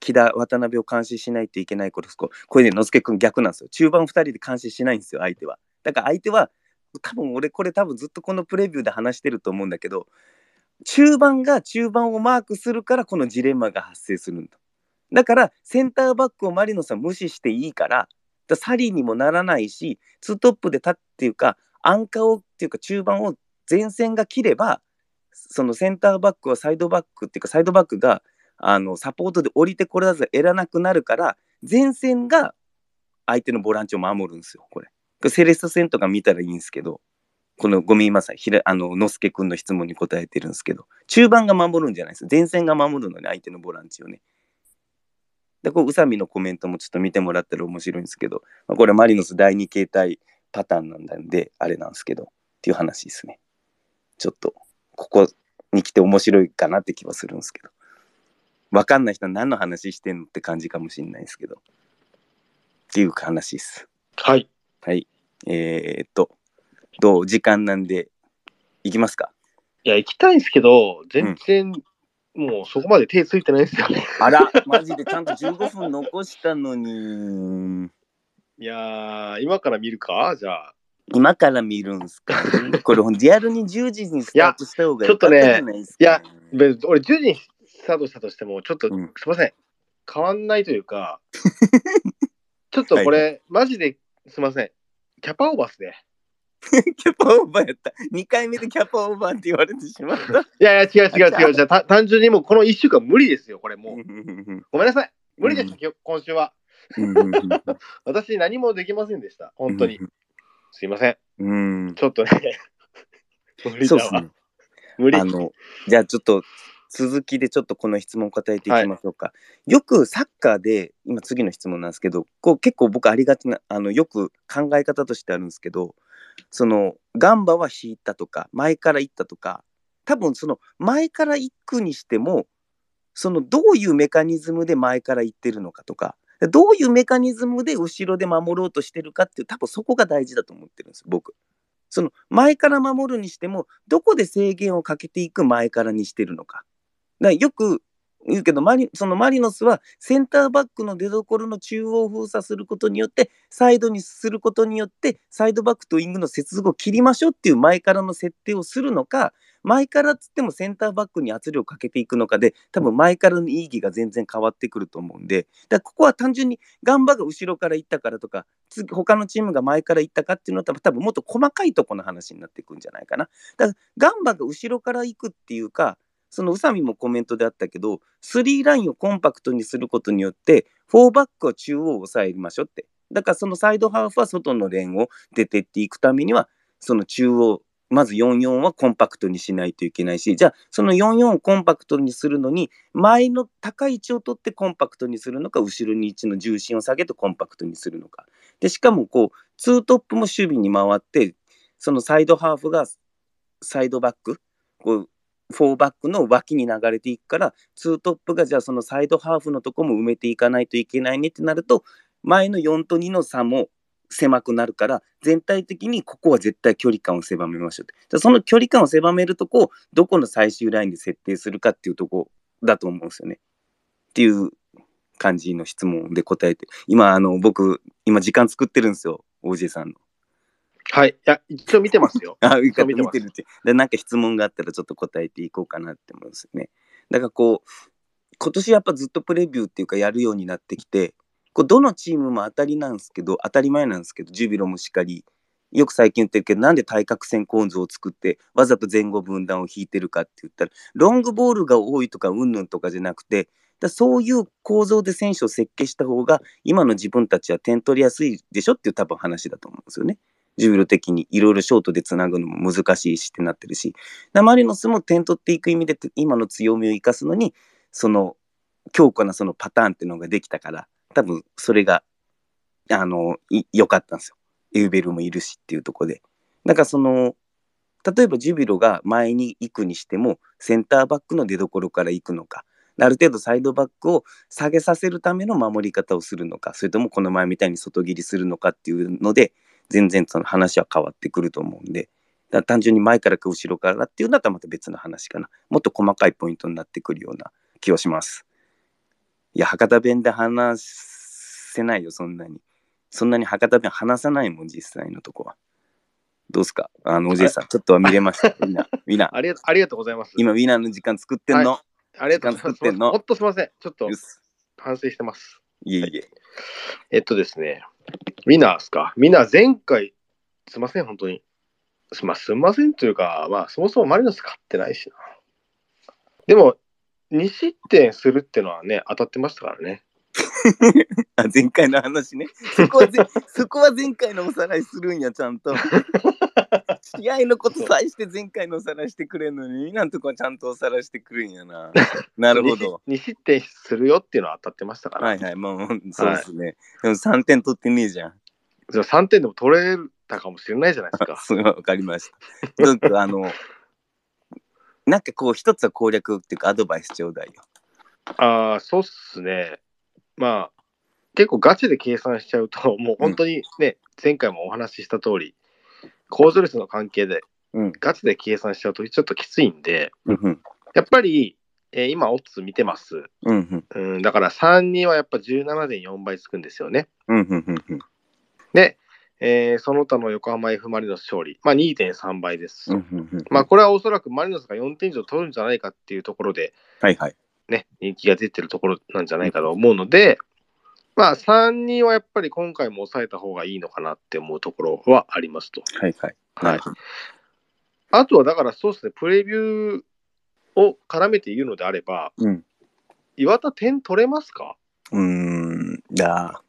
Speaker 3: 木田、渡辺を監視しないといけないこと、ここれね、野助君逆なんですよ。中盤二人で監視しないんですよ、相手は。だから相手は、多分俺、これ多分ずっとこのプレビューで話してると思うんだけど、中盤が中盤をマークするから、このジレンマが発生するんだ。だから、センターバックをマリノスは無視していいから、だサリーにもならないし、ツートップで立っていうか、アンカーをっていうか、中盤を前線が切れば、そのセンターバックはサイドバックっていうか、サイドバックがあのサポートで降りてこらず得らなくなるから、前線が相手のボランチを守るんですよ、これ。これセレッソ戦とか見たらいいんですけど、このごめんなさい、ひらあの野助君の質問に答えてるんですけど、中盤が守るんじゃないです。前線が守るのね、相手のボランチをね。で、こう、宇佐美のコメントもちょっと見てもらったら面白いんですけど、まあ、これマリノス第二形態パターンなんだんで、あれなんですけど、っていう話ですね。ちょっと、ここに来て面白いかなって気はするんですけど。わかんない人は何の話してんのって感じかもしれないですけど。っていう話です。
Speaker 2: はい。
Speaker 3: はい。えー、っと、どう時間なんで、いきますか
Speaker 2: いや、行きたいんですけど、全然、もうそこまで手ついてないんですよね。
Speaker 3: あら、マジでちゃんと15分残したのに。
Speaker 2: いやー、今から見るかじゃあ。
Speaker 3: 今から見るん すかこれ、リアルに10時にスタートした方が
Speaker 2: いや
Speaker 3: よかったんじゃないですか、
Speaker 2: ちょっ別に俺10時にスタートしたとしても、ちょっと、
Speaker 3: うん
Speaker 2: すいません、変わんないという か、ちょっとこれ、マジですいません、キャパオーバーっすね。
Speaker 3: キャパオーバーやった。2回目でキャパオーバーって言われてしまった。
Speaker 2: いやいや、違う違う違う、じゃあた単純にもうこの1週間無理ですよ、これもう。ごめんなさい、無理でした、今日今週は。私、何もできませんでした、 本当に。。すいません、
Speaker 3: うん。
Speaker 2: ちょっ とね、無理だ
Speaker 3: そうです
Speaker 2: わ。
Speaker 3: ね。
Speaker 2: 無理
Speaker 3: あ。の、じゃあちょっと、続きでちょっとこの質問を答えていきましょうか。よくサッカーで、今次の質問なんですけど、こう結構僕ありがちな、あの、よく考え方としてあるんですけど、その、ガンバは引いたとか、前から行ったとか、多分その、前から行くにしても、その、どういうメカニズムで前から行ってるのかとか、どういうメカニズムで後ろで守ろうとしてるかっていう、多分そこが大事だと思ってるんです、僕。その前から守るにしてもどこで制限をかけていく前からにしてるのか。だからよく言うけどマリそのマリノスはセンターバックの出どころの中央を封鎖することによってサイドにすることによってサイドバックとウイングの接続を切りましょうっていう前からの設定をするのか前からっつってもセンターバックに圧力をかけていくのかで多分前からの意義が全然変わってくると思うんでだからここは単純にガンバが後ろから行ったからとかつ他のチームが前から行ったかっていうのは多分多分もっと細かいとこの話になっていくんじゃないかな。だからガンバが後ろから行くっていうかその宇佐美もコメントであったけど3ラインをコンパクトにすることによって4バックは中央を抑えましょうってだからそのサイドハーフは外のレーンを出てっていくためにはその中央まず44はコンパクトにしないといけないしじゃあその44をコンパクトにするのに前の高い位置を取ってコンパクトにするのか後ろに位置の重心を下げてコンパクトにするのかでしかもこうツートップも守備に回ってそのサイドハーフがサイドバックこうフォーバックの脇に流れていくからツートップがじゃあそのサイドハーフのとこも埋めていかないといけないねってなると前の4と2の差も狭くなるから全体的にここは絶対距離感を狭めましょうってじゃあその距離感を狭めるとこをどこの最終ラインで設定するかっていうとこだと思うんですよね。っていう感じの質問で答えて今あの僕今時間作ってるんですよ OJ さんの。
Speaker 2: はい、いや、一応見てますよ。
Speaker 3: あ、よかった
Speaker 2: 見て
Speaker 3: 見
Speaker 2: ます
Speaker 3: てるって。で、なんか質問があったらちょっと答えていこうかなって思うんですよね。だからこう、今年やっぱずっとプレビューっていうかやるようになってきて、こうどのチームも当たりなんですけど、当たり前なんですけど、ジュビロもしかり、よく最近言ってるけど、なんで対角線構造を作って、わざと前後分断を引いてるかって言ったら、ロングボールが多いとか、うんぬんとかじゃなくて、だそういう構造で選手を設計した方が、今の自分たちは点取りやすいでしょっていう多分話だと思うんですよね。重量的にいろいろショートでつなぐのも難しいしってなってるしでマリノスも点取っていく意味で今の強みを生かすのにその強固なそのパターンっていうのができたから多分それがあのい良かったんですよエウベルもいるしっていうところでだからその例えばジュビロが前に行くにしてもセンターバックの出どころから行くのかある程度サイドバックを下げさせるための守り方をするのかそれともこの前みたいに外切りするのかっていうので全然その話は変わってくると思うんで、だ単純に前からか後ろからっていうのだったらまた別の話かな。もっと細かいポイントになってくるような気はします。いや、博多弁で話せないよ、そんなに。そんなに博多弁話さないもん、実際のとこは。どうすかあの、おじいさん、ちょっとは見れました。みんな、みんな、
Speaker 2: ありがとありがとうございます。
Speaker 3: 今、ウィナーの時間作ってんの。
Speaker 2: ありがとうございま
Speaker 3: 時間作って
Speaker 2: す。
Speaker 3: んの
Speaker 2: ほんとすいません。ちょっと
Speaker 3: うっす
Speaker 2: 反省してます。
Speaker 3: いえいえ。
Speaker 2: えっとですね、ウィナーですか。ウィナー前回、すいません、本当に。すまあすいませんというか、まあ、そもそもマリノス勝ってないしな。でも、2失点するってのはね、当たってましたからね。
Speaker 3: あ 前回の話ね。そこはぜそこは前回のおさらいするんや、ちゃん と。試合のことさえして前回のおさらいしてくれんのに、なんとかちゃんとおさらいしてくるんや な。なるほ ど。
Speaker 2: 2失点するよっていうのは当たってましたから。
Speaker 3: はいはい、まあもう、そうですね。でも3点取ってねえじゃん。
Speaker 2: じゃあ3点でも取れたかもしれないじゃないです
Speaker 3: あ
Speaker 2: か。
Speaker 3: それはわかりました。ちょっとあの、なんかこう、一つは攻略っていうか、アドバイスちょうだいよ。
Speaker 2: ああ、そうっすね。まあ、結構ガチで計算しちゃうと、もう本当にね、前回もお話しした通り、控除率の関係で、
Speaker 3: うん
Speaker 2: ガチで計算しちゃうとちょっときついんで、
Speaker 3: うんうん。
Speaker 2: やっぱり、えー今、オッズ見てます。
Speaker 3: うんうん。
Speaker 2: うん、だから3、2はやっぱ17.4倍つくんですよね。
Speaker 3: うんうんうんうん。
Speaker 2: で、えーその他の横浜 F ・マリノス勝利、まあ、2.3倍です。
Speaker 3: うんうんうん
Speaker 2: まあ、これはおそらくマリノスが4点以上取るんじゃないかっていうところで、
Speaker 3: はいはい。
Speaker 2: ね、人気が出てるところなんじゃないかと思うので、まあ、3、2はやっぱり今回も抑えた方がいいのかなって思うところはありますと。
Speaker 3: はいはい。な
Speaker 2: はい
Speaker 3: るほど。
Speaker 2: あとはだからそうですね、プレビューを絡めて言うのであれば、
Speaker 3: うん。
Speaker 2: 岩田点取れますか
Speaker 3: うーん。じゃあ、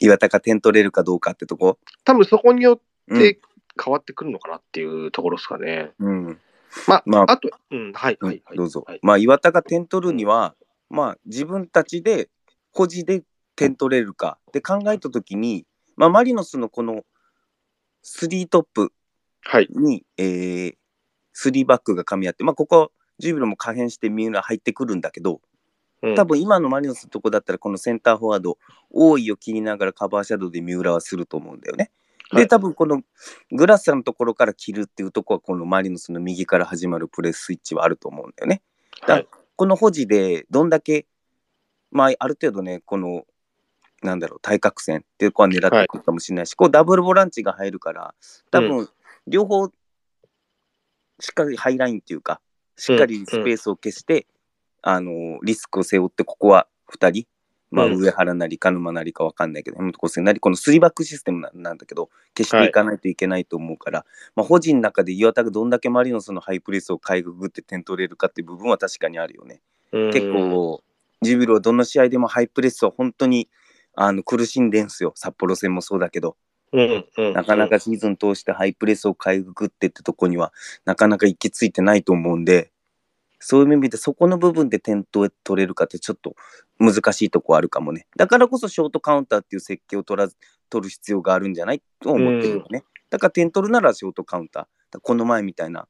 Speaker 3: 岩田が点取れるかどうかってとこ。
Speaker 2: 多分そこによっ
Speaker 3: うん
Speaker 2: て変わってくるのかなっていうところですかね。
Speaker 3: うん。
Speaker 2: まあ、
Speaker 3: まあ
Speaker 2: あと、うん、はい、はい、はい。
Speaker 3: どうぞ。
Speaker 2: はい
Speaker 3: まあ、岩田が点取るには、まあ、自分たちで、個人で点取れるかって考えたときに、まあ、マリノスのこの、3トップ
Speaker 2: はい、
Speaker 3: に、えー、3バックが噛み合って、まあ、ここ、ジュビロも可変して三浦入ってくるんだけど、
Speaker 2: うん
Speaker 3: 多分今のマリノスのとこだったら、このセンターフォワード、多いを切りながらカバーシャドウで三浦はすると思うんだよね。
Speaker 2: は
Speaker 3: で、
Speaker 2: い
Speaker 3: 多分このグラッサのところから切るっていうところは、このマリノスの右から始まるプレススイッチはあると思うんだよね。
Speaker 2: はい、
Speaker 3: この保持で、どんだけ、まあ、ある程度ね、この、なんだろう、対角線っていうとこは狙ってくるかもしれないし、こうダブルボランチが入るから、多
Speaker 2: う
Speaker 3: 分両方、しっかりハイラインっていうか、しっかりスペースを消して、あのリスクを背負って、ここは2人、まあ、
Speaker 2: うん
Speaker 3: 上原なり、鹿沼なりか分かんないけど、山本康生なり、この3バックシステムななんだけど、消していかないといけないと思うから、まあ、個人の中で岩田がどんだけマリノスのハイプレスをかいくぐって点取れるかっていう部分は確かにあるよね。
Speaker 2: うん
Speaker 3: 結構、ジュビロはどの試合でもハイプレスは本当にあの苦しんでんすよ、札幌戦もそうだけど。
Speaker 2: うんうん
Speaker 3: なかなかシーズン通してハイプレスをかいくぐってってとこにはなかなか行き着いてないと思うんでそういう意味でそこの部分で点取れるかってちょっと難しいとこあるかもねだからこそショートカウンターっていう設計を取らず取る必要があるんじゃないと思ってるよね、だから点取るならショートカウンターだからこの前みたいな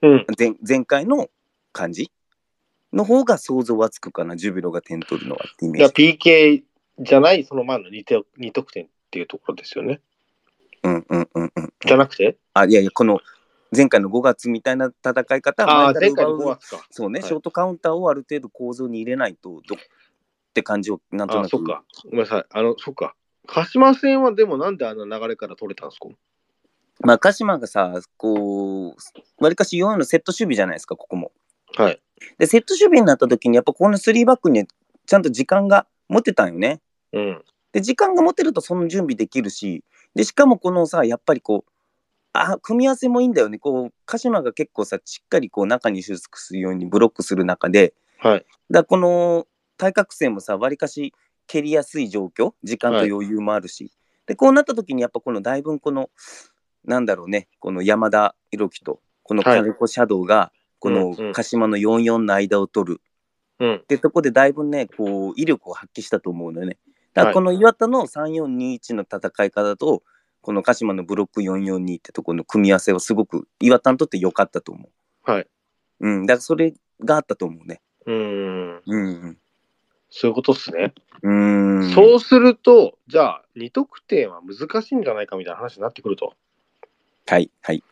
Speaker 2: うん
Speaker 3: 前前回の感じの方が想像はつくかなジュビロが点取るのはってイメ
Speaker 2: いや
Speaker 3: ージ
Speaker 2: PK じゃないその前の 2, 点二得点っていうところですよね。
Speaker 3: うんうんうんうん
Speaker 2: じゃなくて、
Speaker 3: あいやいやこの前回の5月みたいな戦い方
Speaker 2: ああ
Speaker 3: は
Speaker 2: ー、前
Speaker 3: 前か
Speaker 2: 回
Speaker 3: ら
Speaker 2: の
Speaker 3: 奪
Speaker 2: 5
Speaker 3: う
Speaker 2: 月か。
Speaker 3: そうね、
Speaker 2: はい
Speaker 3: ショートカウンターをある程度構造に入れないとどって感じをなんと
Speaker 2: あ
Speaker 3: な
Speaker 2: あ、
Speaker 3: く
Speaker 2: そっか。ごめんなさい。あの、そっか。鹿島戦はでもなんであんな流れから取れたんですか
Speaker 3: まあ鹿島がさこうわりかし4のセット守備じゃないですかここも
Speaker 2: はい。
Speaker 3: でセット守備になった時にやっぱこの3バックにちゃんと時間が持てたんよね
Speaker 2: うん。
Speaker 3: で時間が持てるとその準備できるしでしかもこのさやっぱりこうあ組み合わせもいいんだよねこう鹿島が結構さしっかりこう中に収束するようにブロックする中で
Speaker 2: はい。
Speaker 3: だからこの対角線もさわりかし蹴りやすい状況時間と
Speaker 2: はい
Speaker 3: 余裕もあるし、でこうなった時にやっぱこのだいぶんこのなんだろうねこの山田裕樹とこの
Speaker 2: はい
Speaker 3: 金子シャドウがこの
Speaker 2: うんうん
Speaker 3: 鹿島の44の間を取る
Speaker 2: うん。
Speaker 3: ってとこでだいぶねこう威力を発揮したと思うのよね。だからこの岩田の3421の戦い方とこの鹿島のブロック442ってとこの組み合わせはすごく岩田にとって良かったと思
Speaker 2: はい。
Speaker 3: う。うん、だからそれがあったと思うね。
Speaker 2: うーん。
Speaker 3: うんうん、
Speaker 2: そういうことっすね。
Speaker 3: うーん
Speaker 2: そうすると、じゃあ、2得点は難しいんじゃないかみたいな話になってくると。
Speaker 3: はいはい。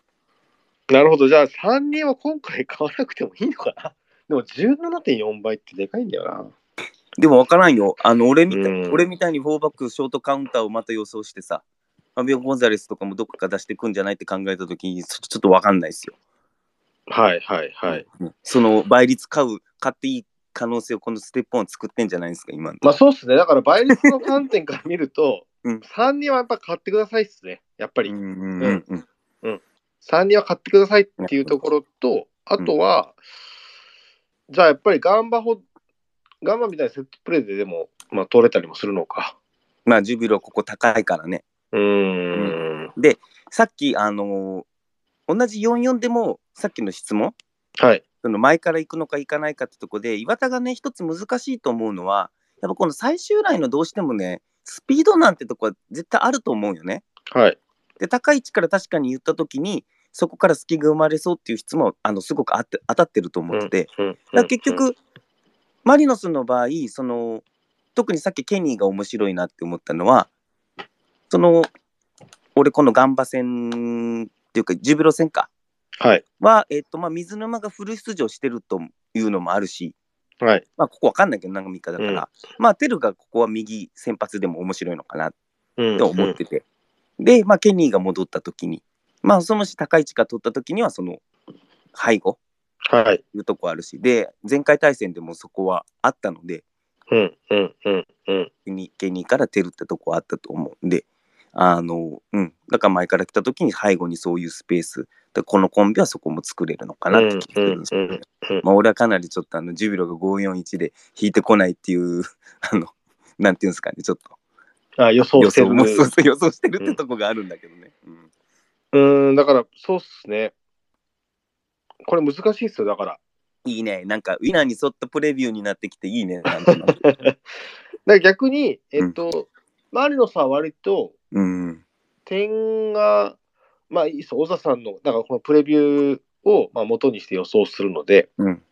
Speaker 2: なるほど。じゃあ、3人は今回買わなくてもいいのかな でも、17.4倍ってでかいんだよな。
Speaker 3: でも分からんよ。あの俺みたい、
Speaker 2: うん
Speaker 3: 俺みたいにフォーバックショートカウンターをまた予想してさ、ファビオ・ゴンザレスとかもどっか出してくんじゃないって考えたときにちょ、ちょっと分かんないですよ。
Speaker 2: はい、はい、はい。
Speaker 3: うん。その倍率買う、買っていい可能性をこのステップオン作ってんじゃないですか、今の。、
Speaker 2: まあそうっすね。だから倍率の観点から見ると
Speaker 3: うん
Speaker 2: 3人はやっぱ買ってくださいっすね。やっぱ
Speaker 3: う
Speaker 2: り。
Speaker 3: んうんうんうん。
Speaker 2: 3人は買ってくださいっていうところと、あとは、じゃあやっぱりガンバほ、ガンバみたいなセットプレーででも、まあ取れたりもするのか。
Speaker 3: まあ、ジュビロここ高いからね。
Speaker 2: うーん。
Speaker 3: さっき、あのー同じ44でも、さっきの質問、
Speaker 2: はい。
Speaker 3: その前から行くのか行かないかってとこで岩田がね一つ難しいと思うのはやっぱこの最終ラインのどうしてもねスピードなんてとこは絶対あると思うよね。
Speaker 2: はい。
Speaker 3: で高い位置から確かに言った時にそこから隙が生まれそうっていう質問はあのすごくあって当たってると思ってて、
Speaker 2: うん
Speaker 3: だから結、局、マリノスの場合その特にさっきケニーが面白いなって思ったのはその俺このガンバ戦っていうかジュビロ戦か
Speaker 2: はい。
Speaker 3: は、えっとまあ、水沼がフル出場してるというのもあるし、
Speaker 2: はい。
Speaker 3: まあ、ここわかんないけど、中3日だから、まあ、テルがここは右先発でも面白いのかなっ
Speaker 2: うん
Speaker 3: と思ってて、で、まあ、ケニーが戻った時に、まあ、そのし高い位置が取った時にはその背後
Speaker 2: うんはい。
Speaker 3: いうとこあるしで前回対戦でもそこはあったので
Speaker 2: うんうんうんうん。
Speaker 3: ケニーケニーから出るってとこあったと思うんであのうんだから前から来た時に背後にそういうスペースでこのコンビはそこも作れるのかなって気がするんですよね
Speaker 2: うんうんうんうん
Speaker 3: まあ、俺はかなりちょっとあのジュビロが541で引いてこないっていう あのなんていうんですかねちょっと
Speaker 2: あ予想
Speaker 3: 予
Speaker 2: して
Speaker 3: 想
Speaker 2: る。
Speaker 3: もそうそう予想してるってとこがあるんだけどね。うん
Speaker 2: うん、だから、そうっすね。これ難しいっすよ、だから。
Speaker 3: いいね。なんか、ウィナーに沿ったプレビューになってきていいね。なんと なく
Speaker 2: だから逆に、えっと、マリノさんは割と
Speaker 3: うん。
Speaker 2: 点が、まあ、いいっす小田さんの、だからこのプレビューをまあ元にして予想するので、
Speaker 3: うん。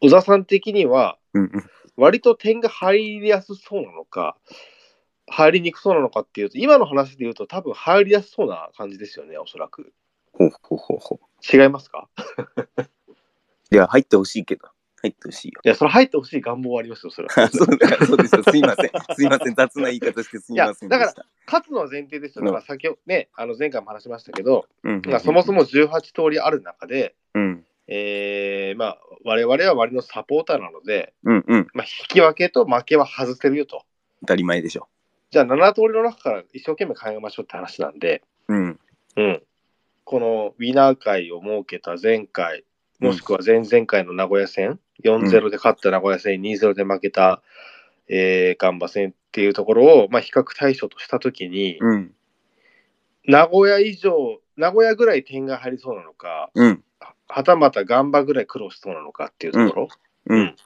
Speaker 2: 小田さん的には、
Speaker 3: うん。
Speaker 2: 割と点が入りやすそうなのか、入りにくそうなのかっていうと、今の話で言うと、多分入りやすそうな感じですよね、おそらく。
Speaker 3: ほうほうほうほう。
Speaker 2: 違いますか
Speaker 3: いや、入ってほしいけど。入ってほしいよ。
Speaker 2: いや、それ入ってほしい願望はありますよ、それ
Speaker 3: あ
Speaker 2: は。
Speaker 3: そうだそうですよ。すいません。すいません。雑な言い方してすいませんでした。
Speaker 2: いやだから勝つのは前提ですよ。だから先ほどね、あの前回も話しましたけど、
Speaker 3: うん、
Speaker 2: まあそもそ
Speaker 3: も。
Speaker 2: も18通りある中で、
Speaker 3: うん。
Speaker 2: えーまあ、我々は割のサポーターなので、
Speaker 3: うんうん。
Speaker 2: まあ、引き分けと負けは外せるよと。
Speaker 3: 当たり前でしょ。
Speaker 2: じゃあ7通りの中から一生懸命考えましょうって話なんで、
Speaker 3: うん。
Speaker 2: うん、このウィナー会を設けた前回、もしくは前々回の名古屋戦、4-0で勝った名古屋戦、2-0で負けた、えーガンバ戦っていうところを、まあ、比較対象としたときに、
Speaker 3: うん。
Speaker 2: 名古屋以上、名古屋ぐらい点が入りそうなのか、
Speaker 3: うん。
Speaker 2: ははたまたガンバぐらい苦労しそうなのかっていうところ。
Speaker 3: う。
Speaker 2: うん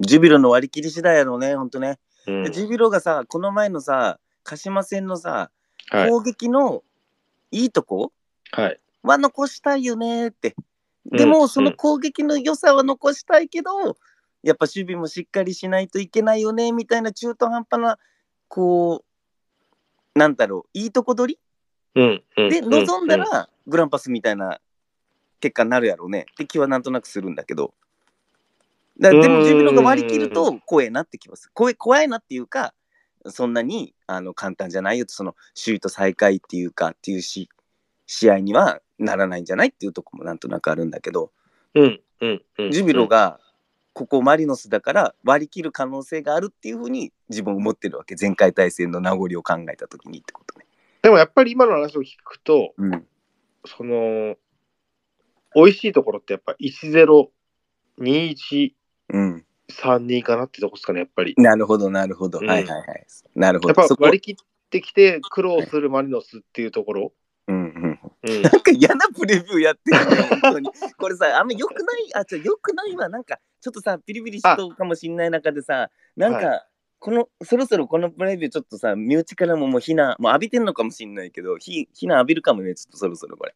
Speaker 3: ジュビロの割り切り次第やろうね、ほんとね。
Speaker 2: うん
Speaker 3: でジュビロがさ、この前のさ、鹿島戦のさ、
Speaker 2: はい
Speaker 3: 攻撃のいいとこ、
Speaker 2: はい。
Speaker 3: は残したいよねって。
Speaker 2: うん
Speaker 3: で
Speaker 2: う
Speaker 3: も、
Speaker 2: ん
Speaker 3: その攻撃の良さは残したいけど、やっぱ守備もしっかりしないといけないよね、みたいな中途半端な、こう、なんだろう、いいとこ取
Speaker 2: うん。う
Speaker 3: り
Speaker 2: ん
Speaker 3: で、望んだ
Speaker 2: う
Speaker 3: ら、グランパスみたいな結果になるやろうねって気はなんとなくするんだけど。だで
Speaker 2: うー
Speaker 3: も、
Speaker 2: ん
Speaker 3: 自分のが割り切ると怖えなって気はする。怖い怖いなっていうか、そんなにあの簡単じゃないよと、その首位と最下位っていうかっていうし試合にはならないんじゃないっていうとこもなんとなくあるんだけど、
Speaker 2: うん。うん。うん。
Speaker 3: ジュビロがここマリノスだから割り切る可能性があるっていうふうに自分思ってるわけ。前回対戦の名残を考えた時にってことね。
Speaker 2: でもやっぱり今の話を聞くと、
Speaker 3: うん。
Speaker 2: その、美味しいところってやっぱ1-0、2-1、
Speaker 3: うん。
Speaker 2: 3-2かなってとこですかね、やっぱり。
Speaker 3: なるほど、なるほど。
Speaker 2: うん
Speaker 3: はいはいはい。なるほ
Speaker 2: やっ
Speaker 3: ど。
Speaker 2: ぱ
Speaker 3: そこ。
Speaker 2: 割り切ってきて苦労するマリノスっていうところ。
Speaker 3: うんうん。
Speaker 2: うん。
Speaker 3: なんか嫌なプレビューやってるね、本当 に。これさ、あんま良くない、あ、じゃ良くないわ。なんか、ちょっとさ、ピリピリしとうかもしんない中でさ、なんか、
Speaker 2: は
Speaker 3: この、そろそろこのプレビューちょっとさ、身内からももう避難、もう浴びてんのかもしんないけど、ひ避難浴びるかもね、ちょっとそろそろこれ。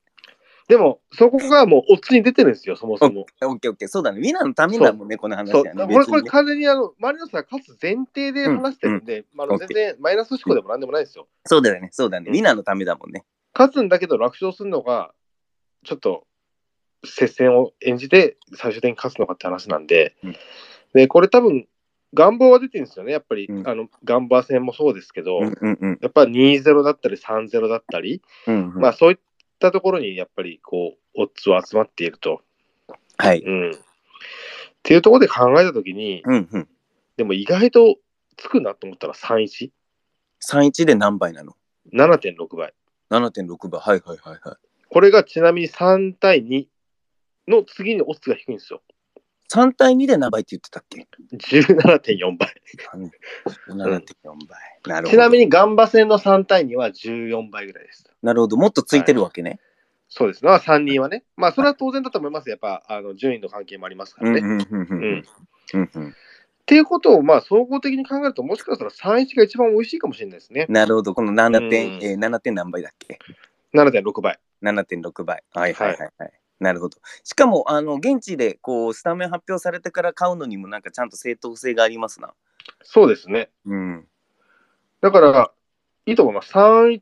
Speaker 2: でも、そこがもうオッズに出てるんですよ、そもそも。
Speaker 3: オッケーオッケー、そうだね。ウィナーのためだもんね、この話
Speaker 2: そう
Speaker 3: は
Speaker 2: だ
Speaker 3: ね。
Speaker 2: から
Speaker 3: 別に
Speaker 2: これ、
Speaker 3: ね
Speaker 2: これ完全にあの、マリノスが勝つ前提で話してるんで、まああの、
Speaker 3: オッケ
Speaker 2: 全
Speaker 3: ー
Speaker 2: 然マイナス思考でもなんでもないですよ。
Speaker 3: そうだよね、そうだね。
Speaker 2: うん
Speaker 3: ウィナーのためだもんね。
Speaker 2: 勝つんだけど楽勝するのが、ちょっと接戦を演じて最終的に勝つのかって話なんで、
Speaker 3: うん
Speaker 2: でこれ多分、願望は出てるんですよね、やっぱり、
Speaker 3: うん
Speaker 2: あのガンバ戦もそうですけど、
Speaker 3: うんうんうん。
Speaker 2: やっぱ2-0だったり3-0だったり、
Speaker 3: うんうん
Speaker 2: まあそういったところにやっぱりこう、オッズは集まっていると。
Speaker 3: はい。
Speaker 2: うん、っていうところで考えたときに、
Speaker 3: うんうん。
Speaker 2: でも意外とつくなと思ったら3-1、
Speaker 3: 3-1で何倍なの
Speaker 2: 7.6倍。
Speaker 3: ?7.6 倍。はいはいはいはい。
Speaker 2: これがちなみに3対2の次にオッズが低いんですよ。
Speaker 3: 3対2で何倍って言ってたっけ
Speaker 2: 17.4倍。
Speaker 3: ?7.4 倍。 なるほど。
Speaker 2: ちなみにガンバ戦の3対2は14倍ぐらいです。
Speaker 3: なるほど。もっとついてるわけね。
Speaker 2: そうですね。まあ、3人はね。まあ、それは当然だと思います。やっぱ、あの順位の関係もありますからね。っ
Speaker 3: んうんう
Speaker 2: うん
Speaker 3: うんうん。
Speaker 2: ていうことを、まあ、総合的に考えると、もしかしたら3-1が一番美味しいかもしれないですね。
Speaker 3: なるほど。この7点、
Speaker 2: うん
Speaker 3: えー、7点何倍だっけ
Speaker 2: 7.6倍。
Speaker 3: ?7.6 倍。はいはいはいはい。なるほど。しかも、あの、現地で、こう、スタメン発表されてから買うのにも、なんかちゃんと正当性がありますな。
Speaker 2: そうですね。
Speaker 3: うん。
Speaker 2: だから、いいと思います。3-1、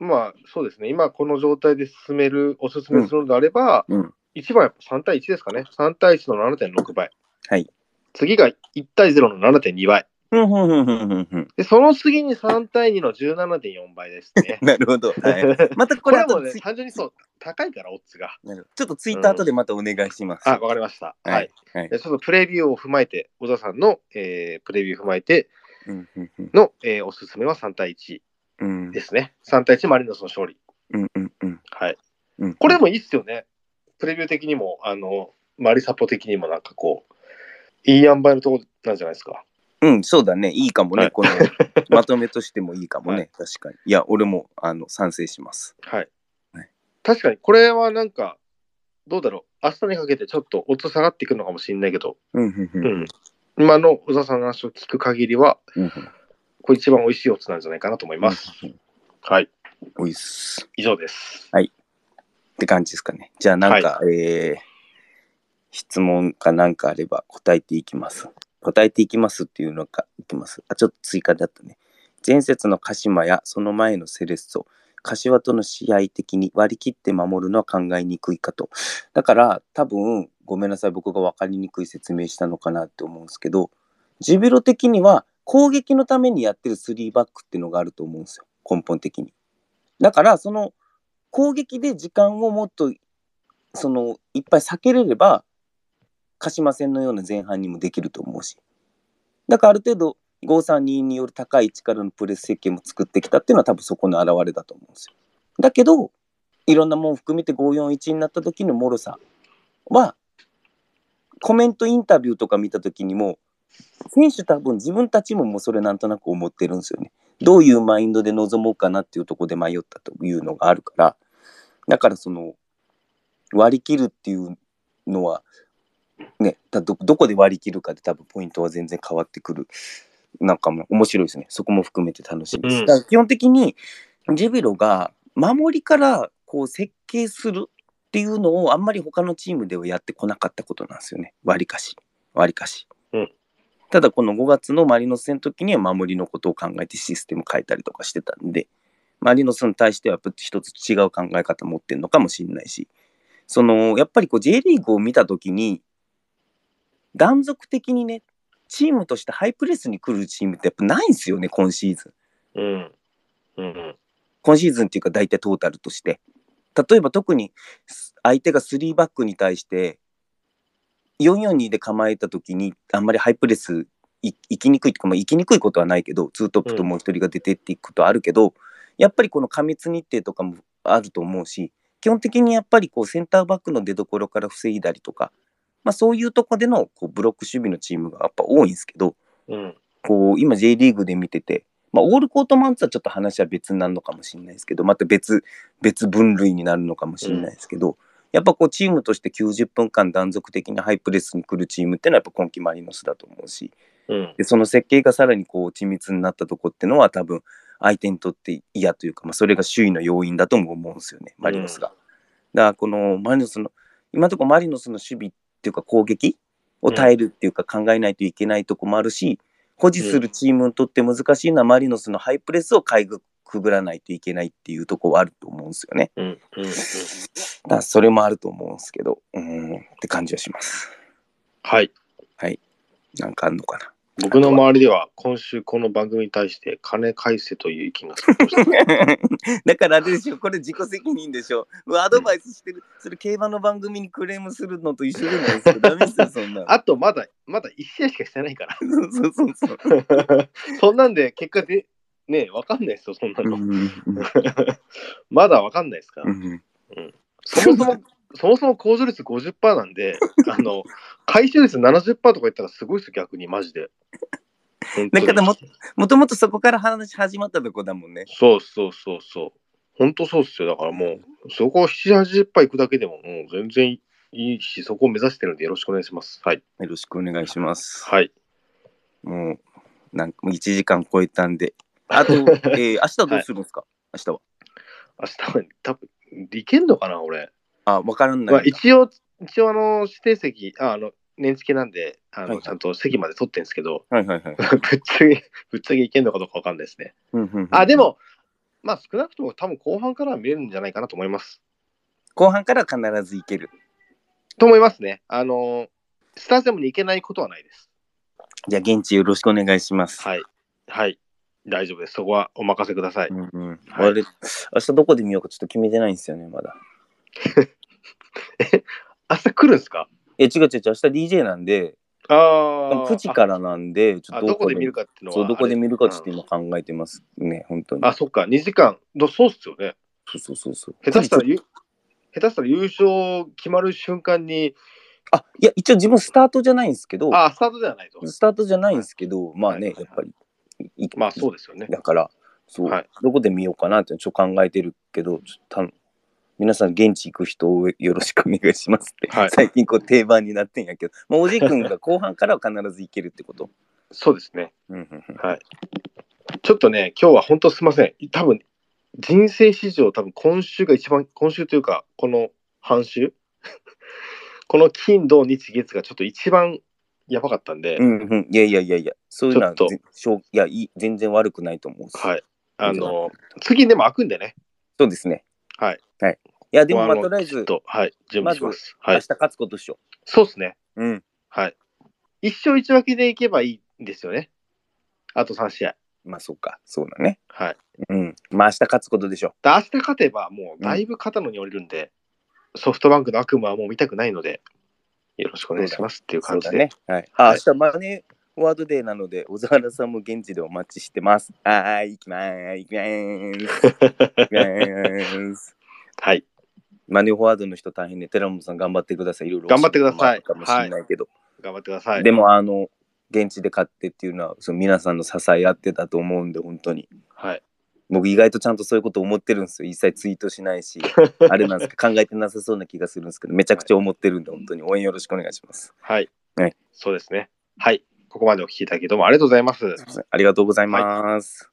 Speaker 2: まあ、そうですね。今、この状態で進める、おすすめするのであれば、
Speaker 3: うんうん
Speaker 2: 一番やっぱ3対1ですかね。3対1の7.6倍。
Speaker 3: はい。
Speaker 2: 次が1対0の7.2倍。
Speaker 3: ふんふんふんふんふんふん。。
Speaker 2: で、その次に3対2の17.4倍ですね
Speaker 3: なるほど。 はい、また こ
Speaker 2: こ
Speaker 3: れ
Speaker 2: れ
Speaker 3: あ
Speaker 2: も
Speaker 3: と
Speaker 2: ね
Speaker 3: ツイ、
Speaker 2: 単純にそう、高いから、オッズが。
Speaker 3: なるほどちょっとツイッター後でまたお願いします。
Speaker 2: あ、わかりました。はい。
Speaker 3: はいはい
Speaker 2: でちょっとプレビューを踏まえて、小田さんの、えープレビュー踏まえて
Speaker 3: うんうんうん
Speaker 2: の、えーおすすめは3対1
Speaker 3: うん
Speaker 2: ですね。3対1マリノスの勝利。
Speaker 3: うんうんうん
Speaker 2: はい。
Speaker 3: うん
Speaker 2: これもいいっすよね。プレビュー的にも、あの、マリサポ的にもなんかこう、いい塩梅のとこなんじゃないですか。
Speaker 3: うん、そうだね。いいかもね。
Speaker 2: はい
Speaker 3: このまとめとしてもいいかもね。
Speaker 2: はい
Speaker 3: 確かに。いや、俺もあの賛成します。
Speaker 2: はい
Speaker 3: はい。
Speaker 2: 確かに、これはなんか、どうだろう。明日にかけてちょっと音下がっていくのかもしれないけど、
Speaker 3: うんうんう
Speaker 2: うんん。今の小沢さんの話を聞く限りは、
Speaker 3: うんうん。
Speaker 2: これ一番美味しいオツなんじゃないかなと思います。はい。
Speaker 3: おいっす。
Speaker 2: 以上です。
Speaker 3: って感じですかね。じゃあなんか、えー質問かなんかあれば答えていきます。答えていきますっていうのか、いきます。あ、ちょっと追加だったね。前節の鹿島やその前のセレッソ、柏との試合的に割り切って守るのは考えにくいかと。だから多分、ごめんなさい、僕が分かりにくい説明したのかなって思うんですけど、ジュビロ的には攻撃のためにやってる3バックっていうのがあると思うんですよ、根本的に。だから、その攻撃で時間をもっとそのいっぱい避けれれば鹿島戦のような前半にもできると思うしだからある程度532による高い力のプレス設計も作ってきたっていうのは多分そこの表れだと思うんですよだけどいろんなもん含めて541になった時の脆さはコメントインタビューとか見た時にも選手多分自分たちももうそれなんとなく思ってるんですよねどういうマインドで臨もうかなっていうところで迷ったというのがあるからだからその割り切るっていうのはねだどどこで割り切るかで多分ポイントは全然変わってくるなんかもう面白いですねそこも含めて楽しみです、
Speaker 2: うん
Speaker 3: だから基本的にジュビロが守りからこう設計するっていうのをあんまり他のチームではやってこなかったことなんですよね割りかし割りかし、
Speaker 2: うん
Speaker 3: ただこの5月のマリノス戦の時には守りのことを考えてシステム変えたりとかしてたんでマリノスに対してはやっぱ一つ違う考え方持ってるのかもしれないしそのやっぱりこう J リーグを見た時に断続的にねチームとしてハイプレスに来るチームってやっぱないんですよね今シーズン
Speaker 2: うん。うんうん。
Speaker 3: 今シーズンっていうか大体トータルとして例えば特にす相手が3バックに対して442で構えた時にあんまりハイプレスい行きにくいとか、まあ、行きにくいことはないけどツートップともう一人が出てっていくことはあるけど、やっぱりこの過密日程とかもあると思うし基本的にやっぱりこうセンターバックの出どころから防いだりとか、まあ、そういうとこでのこうブロック守備のチームがやっぱ多いんですけど
Speaker 2: うん。
Speaker 3: こう今 J リーグで見てて、まあ、オールコートマンツはちょっと話は別になるのかもしれないですけどまた別別分類になるのかもしれないですけど、やっぱこうチームとして90分間断続的にハイプレスに来るチームってのはやっぱ今季マリノスだと思うし
Speaker 2: うん。
Speaker 3: でその設計がさらにこう緻密になったとこってのは多分相手にとって嫌というか、まあ、それが周囲の要因だとも思うんですよねマリノスが。だからこのマリノスの今のところマリノスの守備っていうか攻撃を耐えるっていうか考えないといけないとこもあるし、保持するチームにとって難しいのはマリノスのハイプレスをかいぐくぐらないといけないっていうとこはあると思うんですよね。
Speaker 2: うん。うん。
Speaker 3: だからそれもあると思うんですけどうんって感じはします。
Speaker 2: はい。
Speaker 3: なんかあんのかな。
Speaker 2: 僕の周りでは、今週この番組に対して、金返せという意見が殺到した。
Speaker 3: だからあれでしょ、これ自己責任でしょ。うわアドバイスしてる、それ競馬の番組にクレームするのと一緒じゃないですか。ダメですよ、そんなの。
Speaker 2: あと、まだ、まだ1試合しかしてないから。
Speaker 3: そうそうそうそう。
Speaker 2: そんなんで、結果で、ねえ、わかんないですよ、そんなの。
Speaker 3: う
Speaker 2: まだわかんないですから。
Speaker 3: ん
Speaker 2: そもそも、そもそも控除率50%なんで、 あの、回収率70%とか言ったらすごいですよ、逆に、マジで。本当に
Speaker 3: だからももともとそこから話始まったとこだもんね。
Speaker 2: そうそうそうそう。本当そうっすよ。だからもう、そこ7、80%行くだけでも、もう全然いいし、そこを目指してるんでよろしくお願いします。はい。
Speaker 3: よろしくお願いします。
Speaker 2: はい。
Speaker 3: もう、なんかもう1時間超えたんで。あと、えー、明日どうするんですか、明日は。
Speaker 2: 明日は多分、いけんのかな、俺。
Speaker 3: あ、わからんないんだ。
Speaker 2: まあ、一応、一応、あの、指定席、ああの、年付けなんで、あの、
Speaker 3: はいはい
Speaker 2: ちゃんと席まで取ってんですけど、
Speaker 3: はいはいはい。
Speaker 2: ぶっちゃけ、ぶっちゃけいけんのかどうかわかんないですね。
Speaker 3: うんうんうん
Speaker 2: あ、で、も、まあ少なくとも多分後半からは見れるんじゃないかなと思います。
Speaker 3: 後半からは必ず行ける。
Speaker 2: と思いますね。あの、スタジアムに行けないことはないです。
Speaker 3: じゃあ、現地よろしくお願いします。
Speaker 2: はい。はい。大丈夫です。そこはお任せください。
Speaker 3: うんうん、
Speaker 2: はい
Speaker 3: あれ、明日どこで見ようかちょっと決めてないんですよね、まだ。
Speaker 2: 明日来るんですか
Speaker 3: え、違う違う違う、明日 DJ なんで、
Speaker 2: ああ。
Speaker 3: 9時からなんで、ちょっ
Speaker 2: あ。
Speaker 3: と
Speaker 2: どこで見る
Speaker 3: か
Speaker 2: かっていうのは。
Speaker 3: そう、どこで見るかちょっと
Speaker 2: あれ
Speaker 3: 今考えてますね、本当に
Speaker 2: うん。あ、そっか。2時間。どそうっすよね。
Speaker 3: そうそうそうそう。
Speaker 2: 下手したら
Speaker 3: 9時
Speaker 2: ゆ、下手したら優勝決まる瞬間に、
Speaker 3: あ、いや、一応自分スタートじゃないんですけど、
Speaker 2: あ、スタートではないと。
Speaker 3: スタートじゃないんですけど、まあね、
Speaker 2: はい
Speaker 3: やっぱり、い
Speaker 2: まあそうですよね。
Speaker 3: だから、そう、
Speaker 2: はい
Speaker 3: どこで見ようかなってちょっと考えてるけど、ちょっと頼む皆さん現地行く人をよろしくお願いしますって、
Speaker 2: はい
Speaker 3: 最近こう定番になってんやけど、まあ、おじい君が後半からは必ず行けるってこと。
Speaker 2: そうですね。
Speaker 3: うんうんうん
Speaker 2: ちょっとね、今日は本当すいません。多分、人生史上多分今週が一番、今週というか、この半週 この金、土、日、月がちょっと一番やばかったんで、
Speaker 3: うんうん、いやいやいやいや、そういうのは
Speaker 2: ちょっと
Speaker 3: ぜしょういやいい全然悪くないと思うし。
Speaker 2: はい。あの、次でも開くんでね。
Speaker 3: そうですね。
Speaker 2: はい。
Speaker 3: はい、いや、でも、まあ、
Speaker 2: の
Speaker 3: とりあえ
Speaker 2: きっ
Speaker 3: ず、
Speaker 2: と、はい、準備します。は
Speaker 3: 明
Speaker 2: い
Speaker 3: 日。勝つことでしょ。
Speaker 2: そうですね。
Speaker 3: うん。
Speaker 2: はい。一勝一分けでいけばいいんですよね。あと3試合。
Speaker 3: まあ、そうか。そうだね。
Speaker 2: はい。
Speaker 3: うん。まあ、明日勝つことでしょ。
Speaker 2: で明日勝てば、もうだいぶ肩のに降りるんで、ソフトバンクの悪夢はもう見たくないので、よろしくお願いしますっていう
Speaker 3: そ
Speaker 2: 感
Speaker 3: う
Speaker 2: じ
Speaker 3: だ
Speaker 2: で。
Speaker 3: ね。はい。あ、
Speaker 2: はい
Speaker 3: 明日、マネーフォワードデーなので、小沢さんも現地でお待ちしてます。はーい、行きまーす。行きまー す。行きまーす。
Speaker 2: はい。
Speaker 3: マネーフォワードの人大変ね。寺本さん頑張ってください。いろいろ。
Speaker 2: 頑張ってください
Speaker 3: かもしれないけど。
Speaker 2: 頑張ってください。
Speaker 3: でも、あの、現地で勝ってっていうのは、その皆さんの支え合ってたと思うんで、本当に。
Speaker 2: はい。
Speaker 3: 僕意外とちゃんとそういうこと思ってるんですよ。一切ツイートしない し、あれなんですけど、考えてなさそうな気がするんですけど、めちゃくちゃ思ってるんで、本当に応援よろしくお願いします。
Speaker 2: はい。
Speaker 3: はい
Speaker 2: そうですね。はい。ここまでお聞きいただきどうもありがとうございます。
Speaker 3: ありがとうございます。